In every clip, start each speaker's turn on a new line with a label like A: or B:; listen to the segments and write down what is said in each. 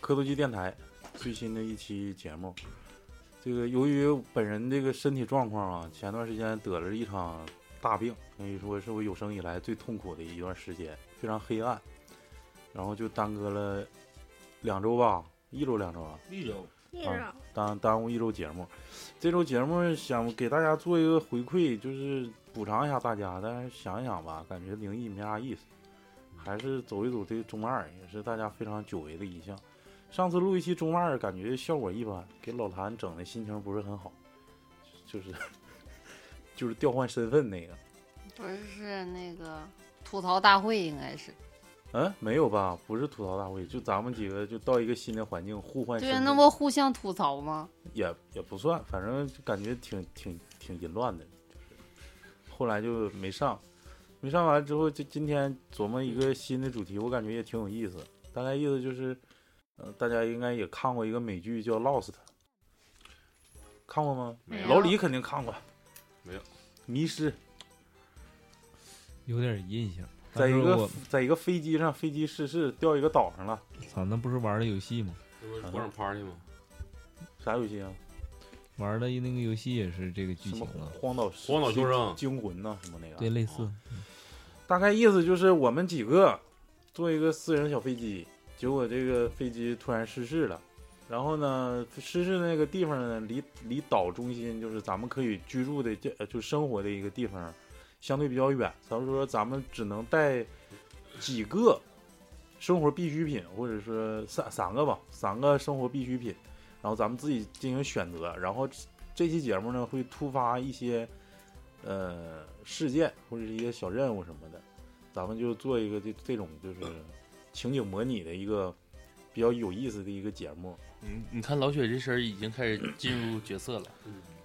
A: 科多基电台最新的一期节目。这个由于本人这个身体状况啊，前段时间得了一场大病，可以说是我有生以来最痛苦的一段时间，非常黑暗，然后就耽搁了两周吧，一周两周啊，
B: 一周
C: 那
A: 啊
C: 个，
A: 耽耽误一周节目。这周节目想给大家做一个回馈，就是补偿一下大家，但是想一想吧，感觉灵异没啥意思，还是走一走这个中二，也是大家非常久违的一项。上次录一期中二，感觉效果一般，给老谭整的心情不是很好，就是 就是调换身份那个，
D: 不是是那个吐槽大会，应该是
A: 嗯，没有吧？不是吐槽大会，就咱们几个就到一个新的环境互换身
D: 对，啊
A: 份，
D: 那不互相吐槽吗？
A: 也也不算，反正就感觉挺挺挺淫乱的，就是后来就没上，没上完之后，就今天琢磨一
B: 嗯
A: 个新的主题，我感觉也挺有意思。大概意思就是，呃，大家应该也看过一个美剧叫《Lost》，看过吗？
B: 没
D: 有
A: 老李肯定看过，
B: 没有？
A: 迷失
E: 有点印象。
A: 在
E: 但
A: 一
E: 是
A: 个
E: 我
A: 在一个飞机上，飞机失事掉一个岛上了，
E: 操，那不是玩的游戏吗？
B: 这不是广场 party 吗？
A: 啥游戏啊？
E: 玩的那个游戏也是这个剧
A: 什
E: 情
A: 么啊
E: 啊，
A: 荒岛
B: 荒岛救生
A: 惊魂呐、什么那个？
E: 对，类似。
A: 大概意思就是我们几个坐一个私人小飞机，结果这个飞机突然失事了。然后呢，失事那个地方呢，离离岛中心就是咱们可以居住的这呃就生活的一个地方，相对比较远。咱们说咱们只能带几个生活必需品，或者说三三个吧，三个生活必需品，然后咱们自己进行选择。然后这期节目呢会突发一些呃事件或者是一些小任务什么的，咱们就做一个这这种就是情景模拟的一个比较有意思的一个节目。
F: 你你看老雪这身儿已经开始进入角色 了，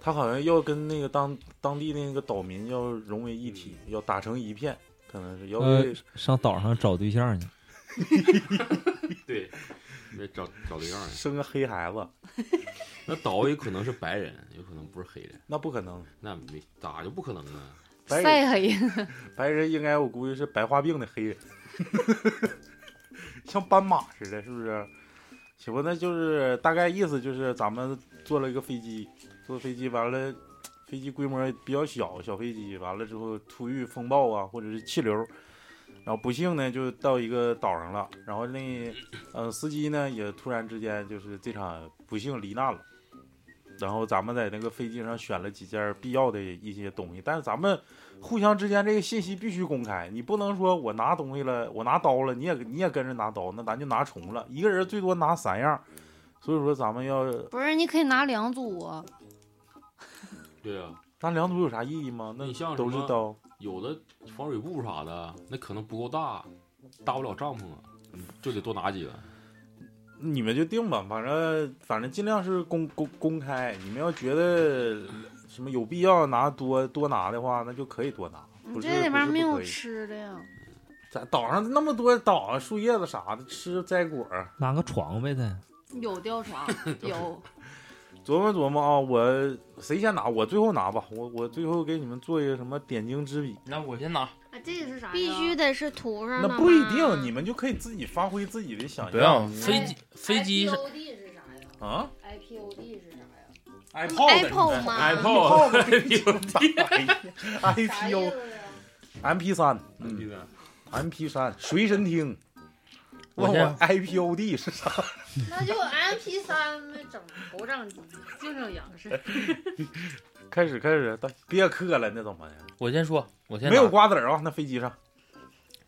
A: 他好像要跟那个当当地那个岛民要融为一体，要打成一片，可能是要
E: 呃
A: 为，
E: 上岛上找对象去，
B: 对，得找找对象儿。
A: 生个黑孩子，
B: 那岛也可能是白人，有可能不是黑人，
A: 那不可能。
B: 那没咋就不可能啊呢？
A: 白人
D: 晒黑，
A: 白人应该我估计是白化病的黑人，像斑马似的，是不是？行吧，那就是大概意思就是咱们坐了一个飞机，坐飞机完了，飞机规模比较小，小飞机完了之后突遇风暴啊，或者是气流，然后不幸呢就到一个岛上了，然后那呃司机呢也突然之间就是这场不幸罹难了。然后咱们在那个飞机上选了几件必要的一些东西，但是咱们互相之间这个信息必须公开，你不能说我拿东西了，我拿刀了，你也你也跟着拿刀，那咱就拿重了，一个人最多拿三样，所以说咱们要
D: 不是？你可以拿两组啊，
B: 对啊，
A: 拿两组有啥意义吗？那
B: 你像什
A: 都是
B: 么
A: 刀，
B: 有的防水布啥的，那可能不够大，搭不了帐篷啊，就得多拿几个。
A: 你们就定吧，反正反正尽量是公公公开，你们要觉得什么有必要拿多多拿的话，那就可以多拿，
D: 你
A: 不是
D: 这里
A: 不是
D: 边没
A: 不
D: 有
A: 可以，
D: 吃的呀。
A: 在岛上那么多岛啊，树叶子啥的，吃摘果儿。
E: 拉个床呗，再
D: 有 吊床，有
A: 琢磨琢磨啊，我谁先拿？我最后拿吧，我我最后给你们做一个什么点睛之笔。
F: 那我先拿，
C: 啊这个是啥呀？
G: 必须得是图上
A: 那
G: 的吗
A: 不一定，你们就可以自己发挥自己的想象。
F: 不要飞机飞
D: 哎
F: 机是
D: IPOD 是啥呀
A: 啊
D: ？IPOD 是啥呀？
G: Apple 吗
B: ，iPod，
A: i p o
C: 啊
A: MP 三，嗯，MP 三随身听。
F: 我
A: 问
F: 先
A: 我 IPOD 是啥？
C: 那就 M P 三没整头整机，净整洋式。
A: 开始开始，大别磕了，那怎么的？
F: 我先说，我先
A: 没有
F: 拿
A: 瓜子儿啊，那飞机上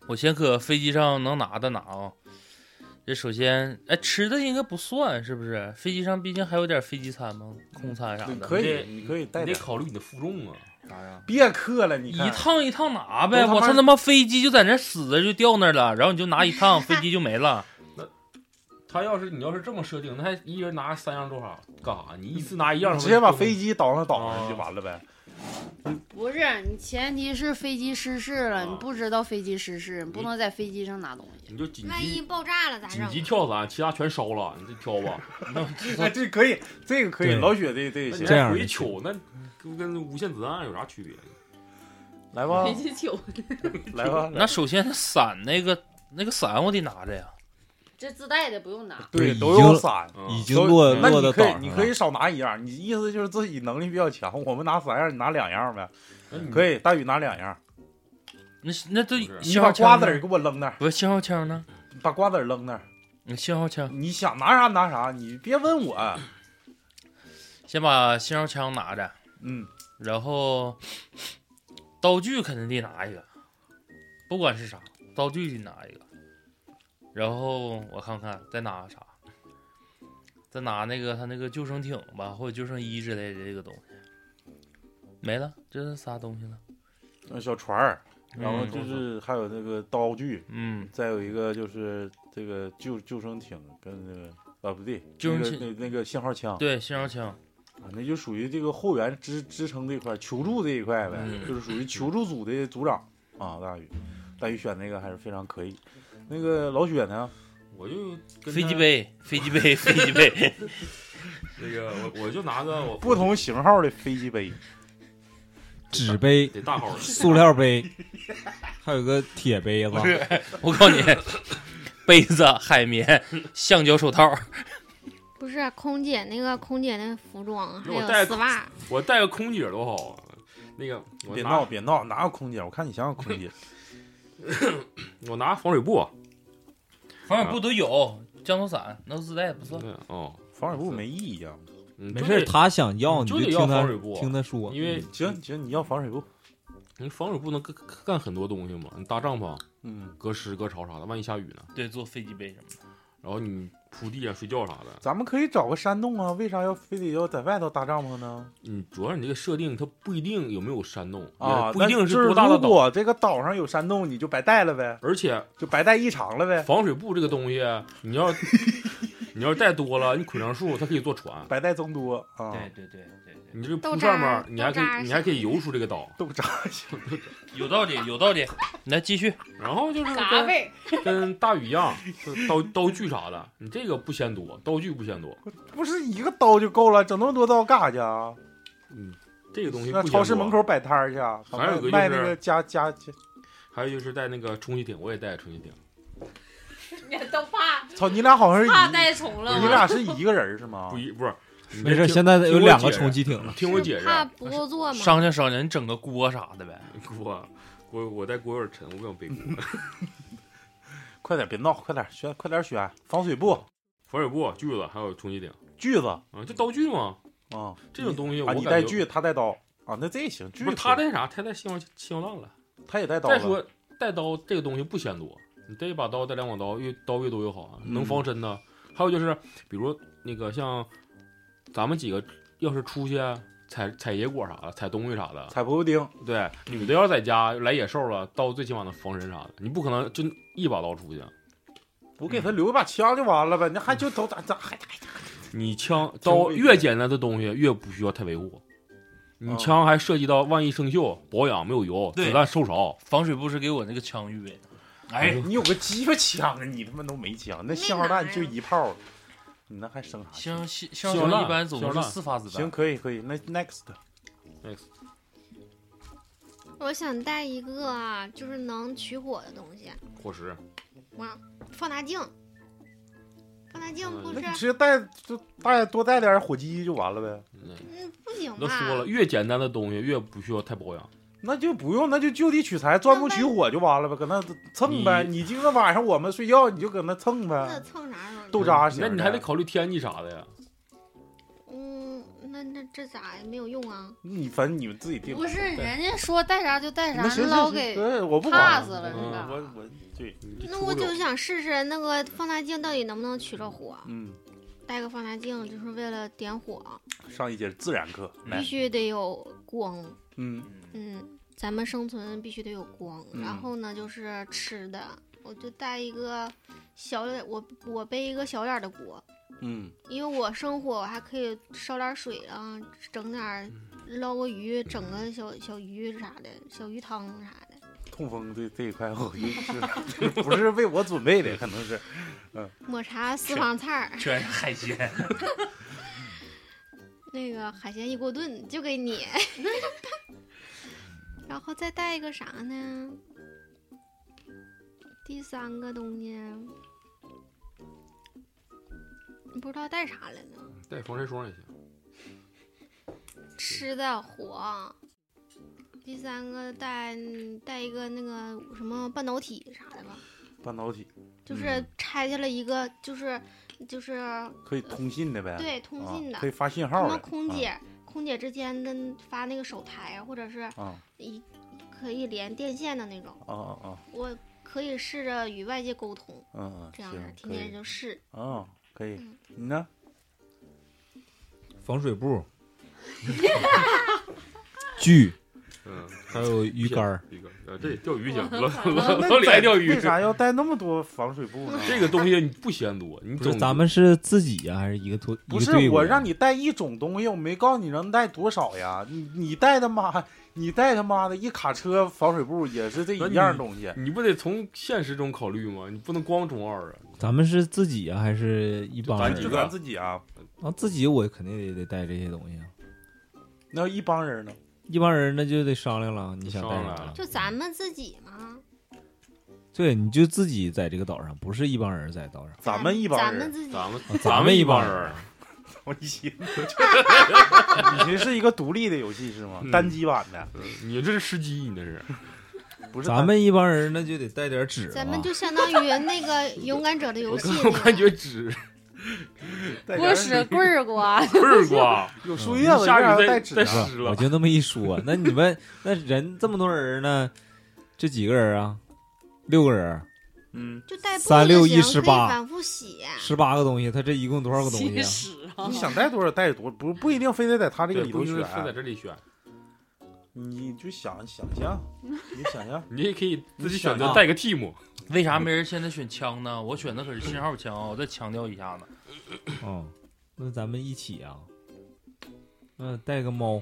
F: 我先搁飞机上能拿的拿啊。这首先，哎，吃的应该不算，是不是？飞机上毕竟还有点飞机餐嘛，空餐啥的。
A: 可以，
B: 你
A: 你可以带点
B: 你得。考虑你的负重啊。
F: 啥呀？
A: 别磕了，你
F: 一
A: 看
F: 趟一趟拿呗，
A: 都他妈
F: 我操他妈飞机就在那死着就掉那儿了，然后你就拿一趟，飞机就 没了。
B: 他要是你要是这么设定，那还一人拿三样多少干啥？你一次拿一样，
A: 直接把
B: 机。
A: 飞机倒上倒
F: 哦
A: 上就完了呗。
D: 不是，你前提是飞机失事了，
B: 啊
D: 你不知道飞机失事，你不
A: 啊
B: 你
D: 能在飞机上拿东西。
B: 你就紧
G: 万一
B: 急
G: 爆炸了咋
B: 紧
G: 整？啊
B: 急跳伞，其他全烧了，你再挑吧。
A: 哎，这可以，这个可以，
E: 对
A: 老雪这这也
B: 那你
A: 行。
E: 这样
B: 还回
E: 的
B: 球，那跟跟无限子弹有啥区别？
A: 来吧，
C: 飞机酒，
A: 来吧，
F: 那首先伞那个那个伞我得拿着呀，
C: 这自带的不用拿。
E: 不是
A: 对，
E: 已
A: 都有
E: 经
A: 伞，
E: 已
B: 嗯，
E: 经
A: 都
E: 落
A: 那
E: 落
A: 你
E: 到
A: 可
E: 岛
A: 以
E: 上
A: 你可以
E: 了
A: 少拿一样，你意思就是自己能力比较强，我们拿三样，你拿两样呗。
B: 那你
A: 可以，大宇拿两样，
F: 那是那都
B: 不是
A: 你
F: 信
A: 把
F: 号
A: 瓜
F: 枪
A: 子儿
F: 呢？
A: 给我扔那儿，
F: 不是信号枪呢？
A: 把瓜子儿扔那儿，
F: 你信号枪，
A: 你想拿啥拿啥，你别问我。
F: 先把信号枪拿着，
A: 嗯，
F: 然后刀具肯定得拿一个，不管是啥，刀具得拿一个。然后我看看再拿啥，再拿那个他那个救生艇吧，或者救生衣之类的这个东西。没了，这是仨东西了。
A: 那小船儿，然后
F: 嗯
A: 就是还有那个刀具，
F: 嗯，
A: 再有一个就是这个救救生艇跟那个啊不对，
F: 救生
A: 那个
F: 艇
A: 那那个信号枪，
F: 对，信号枪。
A: 啊那就属于这个后援支支撑这一块，求助这一块呗，
F: 嗯
A: 就是属于求助组的组长啊。大宇，大宇选那个还是非常可以。那个老雪呢？
B: 我就跟
F: 飞机
B: 他
F: 杯，飞机杯，飞机杯，
B: 那个，我我就拿个我
A: 不同型号的飞机杯，
E: 纸杯、
B: 得大号的，
E: 塑料杯，还有个铁杯子，
F: 我告诉你，杯子、海绵、橡胶手套，
G: 不是空姐那个空姐那个服装，还
B: 那我带
G: 有丝袜，
B: 我带个空姐多好啊。那个我
A: 别
B: 拿
A: 闹别闹，哪有空姐？我看你像个空姐。
B: 我拿防水布，啊
F: 防水布都有，降头伞、能自带不算。
B: 对哦，
A: 防水布没意义啊。
B: 嗯
E: 没
B: 就
E: 事儿，
B: 得
E: 他想要你
B: 就
E: 就
B: 得
E: 听
B: 要防水
E: 他
B: 布，
E: 听他说，
B: 因为
A: 嗯行行，你要防水布。
B: 你防水布能干干很多东西嘛，你搭帐篷、
A: 嗯，
B: 隔湿、隔潮啥的，万一下雨呢？
F: 对，做飞机杯什么的。
B: 然后你铺地啊、睡觉啥的，
A: 咱们可以找个山洞啊，为啥要非得要在外头搭帐篷呢？
B: 你主要是你这个设定它不一定有没有山洞
A: 啊，
B: 也不一定
A: 那就是
B: 多大的
A: 如
B: 岛，
A: 果这个岛上有山洞，你就白带了呗，
B: 而且
A: 就白带异常了呗，
B: 防水布这个东西，啊你 要你要是带多了，你捆上树，它可以做船。
A: 白带增多啊。
F: 对对对对，
B: 你这个
G: 豆
B: 铺
G: 渣
B: 上
G: 儿
B: 面，你还可
G: 豆渣儿
B: 以你还可以游出这个岛，
A: 豆 渣行，
F: 有道理，有道理。来继续，
B: 然后就是
C: 嘎
B: 跟
C: 味儿，
B: 跟大宇一样，刀刀具啥的，你这个不嫌多，刀具不嫌多，
A: 不是一个刀就够了，整那么多刀干啥去啊？
B: 嗯，这个东西
A: 那
B: 不嫌
A: 超市
B: 多
A: 门口摆摊儿去啊，
B: 还有一个
A: 卖
B: 就
A: 那
B: 是
A: 个加加加，
B: 还有就是带那个充气艇，我也带充气艇，
C: 你都怕
A: 操，你俩好像是
C: 怕
A: 一，
C: 带虫了
A: 你
C: 吗？
A: 俩是一个人是吗
B: 不？一不是，你
E: 没事，
B: 听
E: 现在有
B: 听我
E: 两个
B: 解
E: 充气艇 了，
B: 听我解
G: 是怕
B: 释，啊
G: 不够坐嘛。
F: 商量商量，你整个锅啥的呗。
B: 锅锅我带锅有点沉，我不想背锅，
A: 快点别闹，快点选，快点选防水布、
B: 防水布、锯子还有充气艇
A: 锯子啊
B: 啊，这刀具嘛，。这种
A: 你
B: 东西我
A: 啊，
B: 感
A: 你
B: 觉
A: 带锯，他带刀啊，那这也行。锯
B: 不是他
A: 可以
B: 带啥，他带信号信号弹了。
A: 他也带刀
B: 再
A: 了。
B: 说带刀这个东西不嫌多，你带一把刀，带两把刀，越刀越多越好啊，
A: 嗯
B: 能防身的。还有就是，比如那个像咱们几个要是出去啊采采野果啥的，采东西啥的，
A: 踩葡萄钉，
B: 对，女的要是在家来野兽了，刀最起码能防身啥的，你不可能就一把刀出去。啊
A: 我给他留一把枪就完了呗，那还就都咋咋还
B: 你枪
A: 挺
B: 刀
A: 贵的
B: 越简单的东西越不需要太维护，你
A: 嗯
B: 枪还涉及到万一生锈、保养没有油、
F: 对
B: 子弹受潮，
F: 防水布是给我那个枪预备的。
A: 哎
F: 哎，，
A: 你有个鸡巴枪啊！你他妈都没枪，那信号弹就一炮，你那还生啥气？
F: 像像像
B: 信号弹
F: 一般总
B: 信号
F: 是
B: 弹
F: 四发子弹
A: 行，。可以可以，那 next
G: 我想带一个啊，就是能取火的东西，
B: 火石
G: 放大镜。放大镜
B: 嗯
G: 不
A: 那
G: 是啊
A: 你直接带就带多带点火机就完了呗，
B: 嗯
G: 嗯不行
B: 都
G: 吧？
B: 说了，越简单的东西越不需要太保养。
A: 那就不用，那就就地取材，钻木取火就完了呗，搁那蹭呗。你今个晚上我们睡觉，你就搁那蹭
G: 那
A: 呗，
G: 蹭啥时候
A: 豆
G: 呢？
A: 渣型
B: 那
A: 的。
B: 你还得考虑天气啥的呀。
G: 嗯，那那这咋也没有用啊？
A: 你反正你们自己定。
D: 不是人家说带啥就带啥，
A: 那行行
D: 捞
A: 行，
D: 给
A: 对我不管
D: pass 了
B: 嗯
D: 是吧？
A: 我我对，
G: 嗯那我就想试试那个放大镜到底能不能取着火，啊
A: 嗯，
G: 带个放大节就是为了点火，啊
A: 上一节自然课，
F: 来
G: 必须得有光。
A: 嗯，
G: 嗯，咱们生存必须得有光。
A: 嗯
G: 然后呢，就是吃的，我就带一个小点，我我背一个小点儿的锅，
A: 嗯，
G: 因为我生火，我还可以烧点水啊，整点儿捞个鱼，整个小小鱼啥的，小鱼汤啥的，
A: 痛风这这一块我 就是不是为我准备的，可能是
G: 抹茶私房菜儿，
F: 全是海鲜，
G: 那个海鲜一锅炖就给你。 然后再带一个啥呢？第三个东西，不知道带啥来呢。
B: 带防晒霜也行。
G: 吃的火，第三个带带一个那个什么半导体啥的吧，
A: 半导体嗯
G: 就是拆下来一个，就是就是
A: 可以通信的呗，
G: 对通信的
A: 啊、可以发信
G: 什
A: 号
G: 么
A: 的，
G: 空姐、空姐之间的发那个手台，或者是
A: 啊
G: 一可以连电线的那种，
A: 啊啊啊，
G: 我可以试着与外界沟通，
A: 嗯嗯，
G: 这样式
A: 行
G: 儿，天
A: 可
G: 天
A: 以
G: 就试。
A: 啊，可以
G: 嗯，
A: 你 呢？
H: 防水布、锯，
B: 嗯，
H: 还有鱼竿儿。
B: 一个，呃，这也钓鱼行，
I: 嗯
B: 老老
A: 那
B: 老李爱钓鱼
A: 为。啥要带那么多防水布呢？
B: 这个东西你不嫌多，你
H: 不是
B: 总
H: 咱们是自己
E: 啊
H: 呀、还是一个队？
A: 不
H: 一个队
A: 是
H: 伍
A: 我
H: 呀
A: 让你带一种东西，我没告诉你能带多少呀。你你带他妈，你带他妈的一卡车防水布也是这
B: 那
A: 一
B: 你啊
A: 样东西。
B: 你不得从现实中考虑吗？你不能光中二啊！
H: 咱们是自己呀、
E: 啊
H: 还是一帮
B: 咱
H: 人
B: 几
A: 就
H: 啊？
B: 个
A: 咱自己啊，
H: 啊，自己我肯定也得带这些东西啊。
A: 那一帮人呢？
H: 一帮人那就得商量了，你想带
B: 商
H: 啥
B: 量
H: 了？
G: 就咱们自己嘛，
H: 对，你就自己在这个岛上，不是一帮人在岛上。
A: 咱们一帮
G: 咱
A: 人
G: 们自己
B: 咱们
H: 啊
B: 咱们
H: 们一
B: 帮
H: 人
B: 人
H: 啊，，
A: 我一寻思， 你这是一个独立的游戏是吗
B: 嗯？
A: 单机版的，
B: 嗯你这是吃鸡，你这是
A: 不是单
H: 咱们一帮人那就得带点纸
G: 咱
H: 吧
A: 啊
G: 们就相当于 那个勇敢者的游戏
B: 我
G: 那
B: 感
G: 个，
B: 觉纸
A: 带点
D: 不是棍儿瓜，
B: 棍 儿瓜，
A: 有
H: 嗯
A: 树叶子，
B: 下
A: 为啥
B: 雨
A: 要
B: 再
A: 带纸啊
B: 再
A: 呢？
H: 不
B: 湿
H: 是，我
B: 了，
H: 就那么一说，那你们那人这么多人呢，这几个人啊？六个人，
A: 嗯，
G: 就带
H: 三六一十
G: 十
H: 八
G: 反复洗。
H: 十八个东西，他这一共多少个东西
D: 其
H: 啊？
D: 实啊
A: 你，想带多少带多，不不一定非得在他这个
B: 对
A: 里
B: 不
A: 头
B: 一定
A: 选，啊
B: 非在这里选，
A: 你就想想 象，你想象，
B: 你也可以
A: 你
B: 自己选
A: 想
B: 择
A: 啊
B: 带个 team，
F: 为啥没人现在选枪呢？我选的可是信号枪啊，我再强调一下子，
H: 嗯，那咱们一起啊，嗯、带个猫，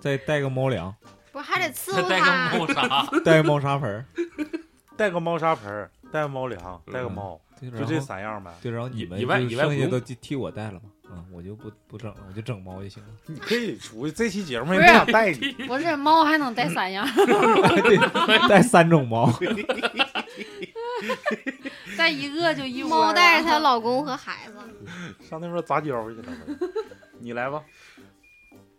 H: 再带个猫粮，
G: 不是还得伺
F: 再
G: 候 他，
F: 带个
H: 带个猫
F: 木啥？
H: 砂盆儿，
A: 带个猫砂盆儿，带个猫粮，带个
H: 嗯
A: 猫，
H: 对
A: 就这
H: 然后
A: 三样呗。
H: 对，然后你们
B: 以外
H: 就
B: 以外
H: 剩
B: 不
H: 下
B: 用
H: 都替替我带了吧，嗯，我就不不整了，我就整猫就行了。
A: 你可以出去这期节目也
D: 不
A: 没
D: 是
A: 想带 你，
D: 不是猫还能带三样，
H: 对，带三种猫，
D: 带一个就 一窝
G: 猫带着
D: 了
G: 她老公和孩子，
A: 上那边杂交去了呗。 你来吧，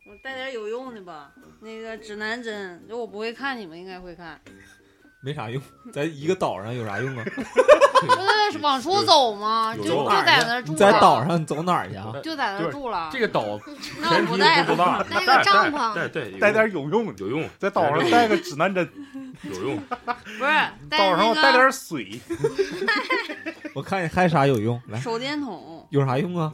D: 我带点有用的吧，那个指南针，就我不会看，你们应该会看。
H: 没啥用，咱一个岛上有啥用啊？
D: 不是往出走吗？
B: 有
D: 就
B: 用
D: 就
B: 啊
D: 在那儿住
H: 你
D: 了，
H: 在岛上你走哪儿去啊？
D: 就在那儿住了
B: 这。个岛
D: 那我
B: 前提不
D: 不带了，
B: 大，
G: 带个
B: 带
G: 帐
B: 带
G: 篷
B: 带带有
A: 带点
B: 用
A: 有用的，
B: 有用
A: 在岛上带个指南针，
B: 有用，
D: 不是带
A: 岛上我带
D: 那
A: 点水，
H: 我看你还啥有用，
D: 个
H: 来
D: 手电筒，
H: 有啥用啊？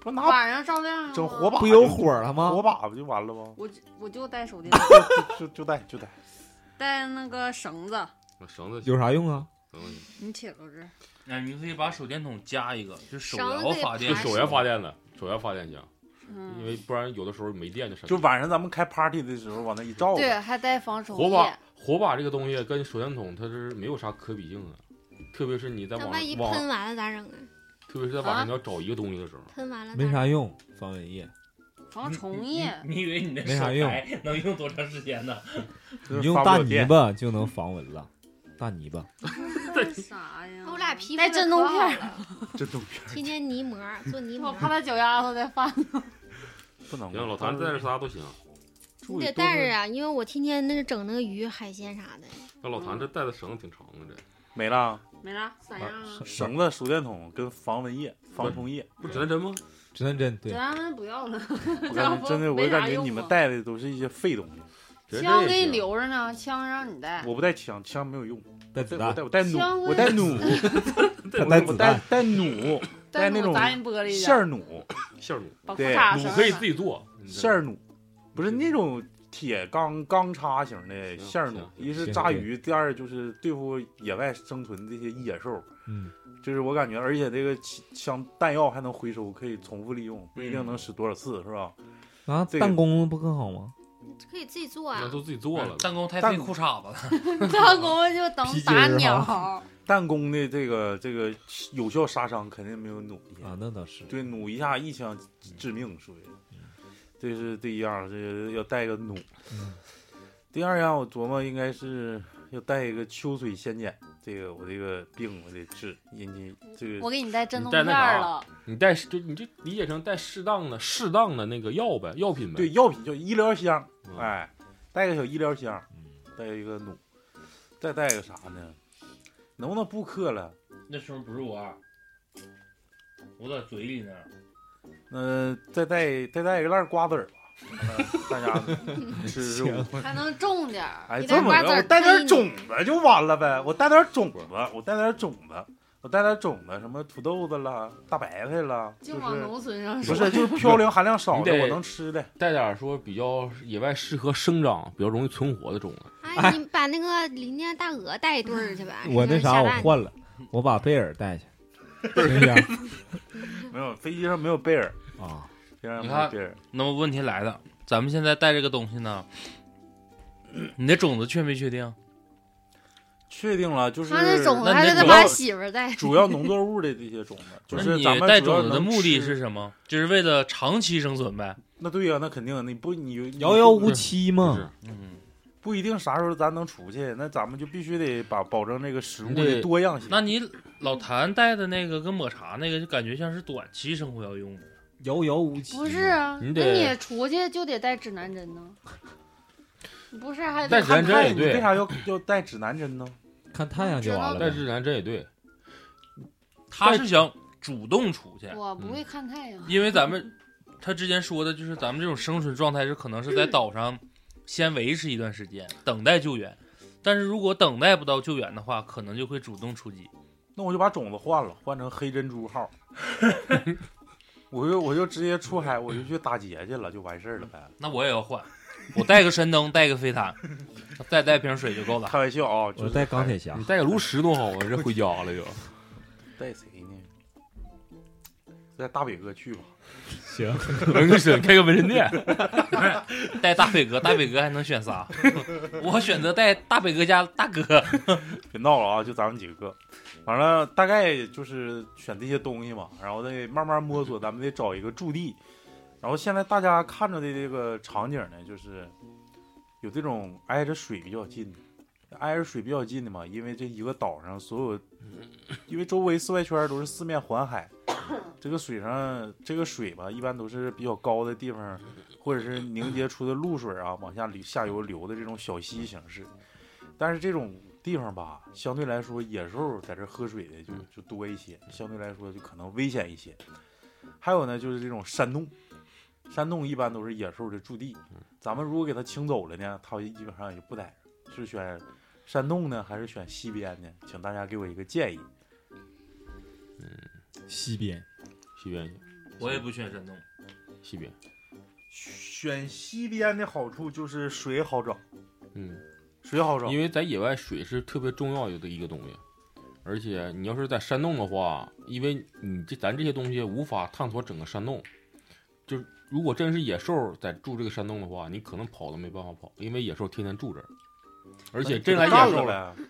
A: 不拿
D: 晚上照亮
A: 整火把，
H: 不有火了吗？
A: 火把不就完了 吗？
D: 我就我就带手电筒，
A: 就就带就带，
D: 带那个绳子。
B: 绳子
H: 有啥用啊？
B: 绳子
D: 你且到这儿，
F: 哎，你可以把手电筒加一个，就手
G: 绳
F: 摇
G: 子可以
F: 发电
B: 就
G: 爬
F: 机，
B: 手摇发电的，手摇发电行，因
D: 嗯，
B: 为不然有的时候没电就闪
A: 就晚上咱们开 party 的时候往那一照，
D: 对，还带防手
B: 火把
D: 液。
B: 火把这个东西跟手电筒它是没有啥可比性的，特别是你在
G: 那
B: 网
G: 万一
B: 上网，
G: 喷完了咋整啊？
B: 特别是在网
D: 啊
B: 上你要找一个东西的时候，
G: 喷完了咋
H: 没
G: 整？
H: 啥用，防蚊液。
D: 防虫液，
F: 你以为你那
H: 没啥用
F: 手台能用多长时间呢？
A: 就是
H: 你用
A: 发不
H: 大
A: 了
H: 泥
A: 电，
H: 巴就能防蚊了，大泥巴。
A: 嗯
D: 带啥呀？
G: 我俩皮肤
D: 带
G: 都
D: 震动
G: 可好
D: 片
G: 了，
A: 这都片
G: 天天泥膜做泥
D: 我
G: 膜，
D: 怕他脚丫子再犯。
A: 不能。
B: 行，老谭带着仨都行，
G: 你得带着啊，因为我天天那个整那个鱼海鲜啥的。
B: 那老谭这带的绳子挺长的，这
A: 没了，
D: 没啥，三样啊。
A: 绳子、手电筒跟防蚊液、防虫液，
B: 不是指南针吗？
H: 指南针，对，
D: 咱不要 了，
A: 我感觉真的，我
D: 没啥
A: 感觉
D: 用
A: 你们
D: 啊
A: 带的都是一些废东西。
B: 指南针
D: 枪
B: 也
D: 给你
B: 行，
D: 留着呢，枪让你带。
A: 我不带枪，枪没有用，
H: 带子
A: 我
H: 弹
A: 带，我带弩
D: 哎枪，
A: 我带 弩，
H: 他 带
A: 我我
H: 子
A: 带
H: 弹，
A: 带弩，带
D: 带
A: 那
D: 我
A: 种
D: 砸人玻璃
A: 线
D: 去，
A: 儿弩、
B: 线儿弩，
D: 把裤
A: 对
D: 衩绳
B: 弩
D: 上
B: 可以 自己做，
A: 线儿弩，不是那种铁钢钢叉型的
B: 行
A: 线儿弩
B: 行，
A: 一是
H: 行
A: 炸
H: 对
A: 鱼，第二就是对付野外生存这些野兽。
H: 嗯，
A: 就是我感觉，而且这个气枪弹药还能回收，可以重复利用，不一定
F: 嗯
A: 能使多少次，是吧？
H: 啊，
A: 这个
H: 弹弓不更好吗？
G: 可以自己做
B: 那
G: 啊，
B: 都自己做了，
F: 嗯弹弓太
A: 弹
F: 费
A: 弓
F: 裤衩子了，
D: 他公就等
H: 皮筋
D: 打
H: 儿
D: 鸟，
A: 弹弓的这个这个有效杀伤肯定没有弩厉害
H: 啊，那倒是，
A: 对，弩一下一枪致命，属于。这是第一样，这个要带个弩。
H: 嗯
A: 第二样我琢磨应该是又带一个秋水仙碱，这个我这个病我得治，引起这个
D: 我给你带震
B: 你
D: 动
B: 带
D: 片
B: 那
D: 儿
B: 啥
D: 了，
B: 你带就你就理解成带适当的适当的那个药呗，药品呗。
A: 对，药品叫医疗箱，
B: 嗯
A: 哎，带个小医疗箱，带一个弩，再带个啥呢？能不能不嗑了？
F: 那时候不是我啊，我在嘴里呢。
A: 那再带再带一个烂瓜子儿吧， 完了大家吃吃
E: 行
A: 我。
D: 还能重点儿。
A: 哎，
G: 你
A: 这
G: 带
A: 么
G: 瓜
A: 着，
G: 子儿
A: 我带
G: 可以
A: 点种子就完了呗，我带点种子，我带点种子，我带点种子，什么土豆子啦、大白菜啦，就
C: 净往
A: 是
C: 农村上
A: 不
C: 说，
A: 是就是嘌呤含量少
B: 你
A: 的
B: 得
A: 我能吃 的。
B: 带点儿说比较野外适合生长、比较容易存活的种子。
G: 哎，你把那个邻家大鹅带一对儿去
D: 哎
G: 吧。
E: 我那
G: 是
E: 啥
G: 下
E: 我
G: 蛋
E: 换了，我把贝尔带去，行不行？
A: 没有飞机上没有贝尔，
E: 啊，
A: 飞机上
F: 你
A: 没有
F: 看
A: 贝尔，
F: 那么问题来了，咱们现在带这个东西呢，你的种子确没确定？
A: 确定了就是
G: 他那种子
F: 那
G: 还
F: 你
G: 是得
F: 主
G: 把
A: 要
G: 媳妇儿 带。
A: 主要农作物的这些种子，就
F: 那
A: 是
F: 你
A: 咱们
F: 带
A: 主要
F: 种子的
A: 能
F: 目的
A: 吃
F: 是什么？就是为了长期生存呗。
A: 那对呀、那肯定，你不你你
E: 遥遥无期
B: 就是
E: 嘛，
F: 嗯，
A: 不一定啥时候咱能出去，那咱们就必须得把保证这个食物
B: 你得
A: 的多样性。
F: 那你老谭带的那个跟抹茶那个，就感觉像是短期生活要用的。
E: 遥遥无期。
D: 不是，啊，
B: 你
D: 那
B: 得
D: 你出去就得带指南针 呢，你不是还
B: 带
D: 得
B: 指
A: 看
B: 南针
A: 太
B: 也
A: 阳，你为
B: 对，
A: 啥要要带指南针呢？
E: 看太阳就完了
B: 带
E: 呗。
B: 指南针也对。
F: 他是想主动出去，
D: 我
B: 嗯
D: 不会看太阳，
F: 因为咱们他之前说的就是咱们这种生存状态是可能是在岛上先维持一段时间，等待救援。但是如果等待不到救援的话，可能就会主动出击。
A: 那我就把种子换了，换成黑珍 珠号，我就我就直接出海，我就去打劫去了，就完事儿了呗。
F: 那我也要换，我带个神灯，带个飞毯，再带瓶水就够了。
A: 开玩笑啊，就
E: 我
A: 是
E: 带钢铁侠
B: 你，带个炉石多好啊！这回家了 就。
A: 带谁呢？带大伟哥去吧，
E: 行，
B: 纹个身，开个纹身店。
F: 带大北哥，大北哥还能选仨，我选择带大北哥家大哥。
A: 别闹了啊！就咱们几个，完了大概就是选这些东西嘛，然后再慢慢摸索，咱们得找一个驻地。然后现在大家看着的这个场景呢，就是有这种挨着水比较近的，挨着水比较近的嘛，因为这一个岛上所有，因为周围四外圈都是四面环海，这个水上这个水吧，一般都是比较高的地方，或者是凝结出的露水啊，往下流下游流的这种小溪形式。但是这种地方吧，相对来说野兽在这喝水的就
B: 嗯
A: 就多一些，相对来说就可能危险一些。还有呢，就是这种山洞，山洞一般都是野兽的驻地。
B: 嗯
A: 咱们如果给它清走了呢，它基本上也就不在这儿，是选山洞呢，还是选西边呢？请大家给我一个建议。
E: 西边
B: 西边去，
F: 我也不选神灯，
B: 西边。
A: 选西边的好处就是水好找，
B: 嗯，
A: 水好找，
B: 因为在野外水是特别重要的一个东西，而且你要是在山洞的话，因为你这咱这些东西无法探索整个山洞，就是如果真是野兽在住这个山洞的话，你可能跑都没办法跑，因为野兽天天住这儿，而且真来
A: 干
B: 野兽
A: 哎了
B: 了，
A: 呗。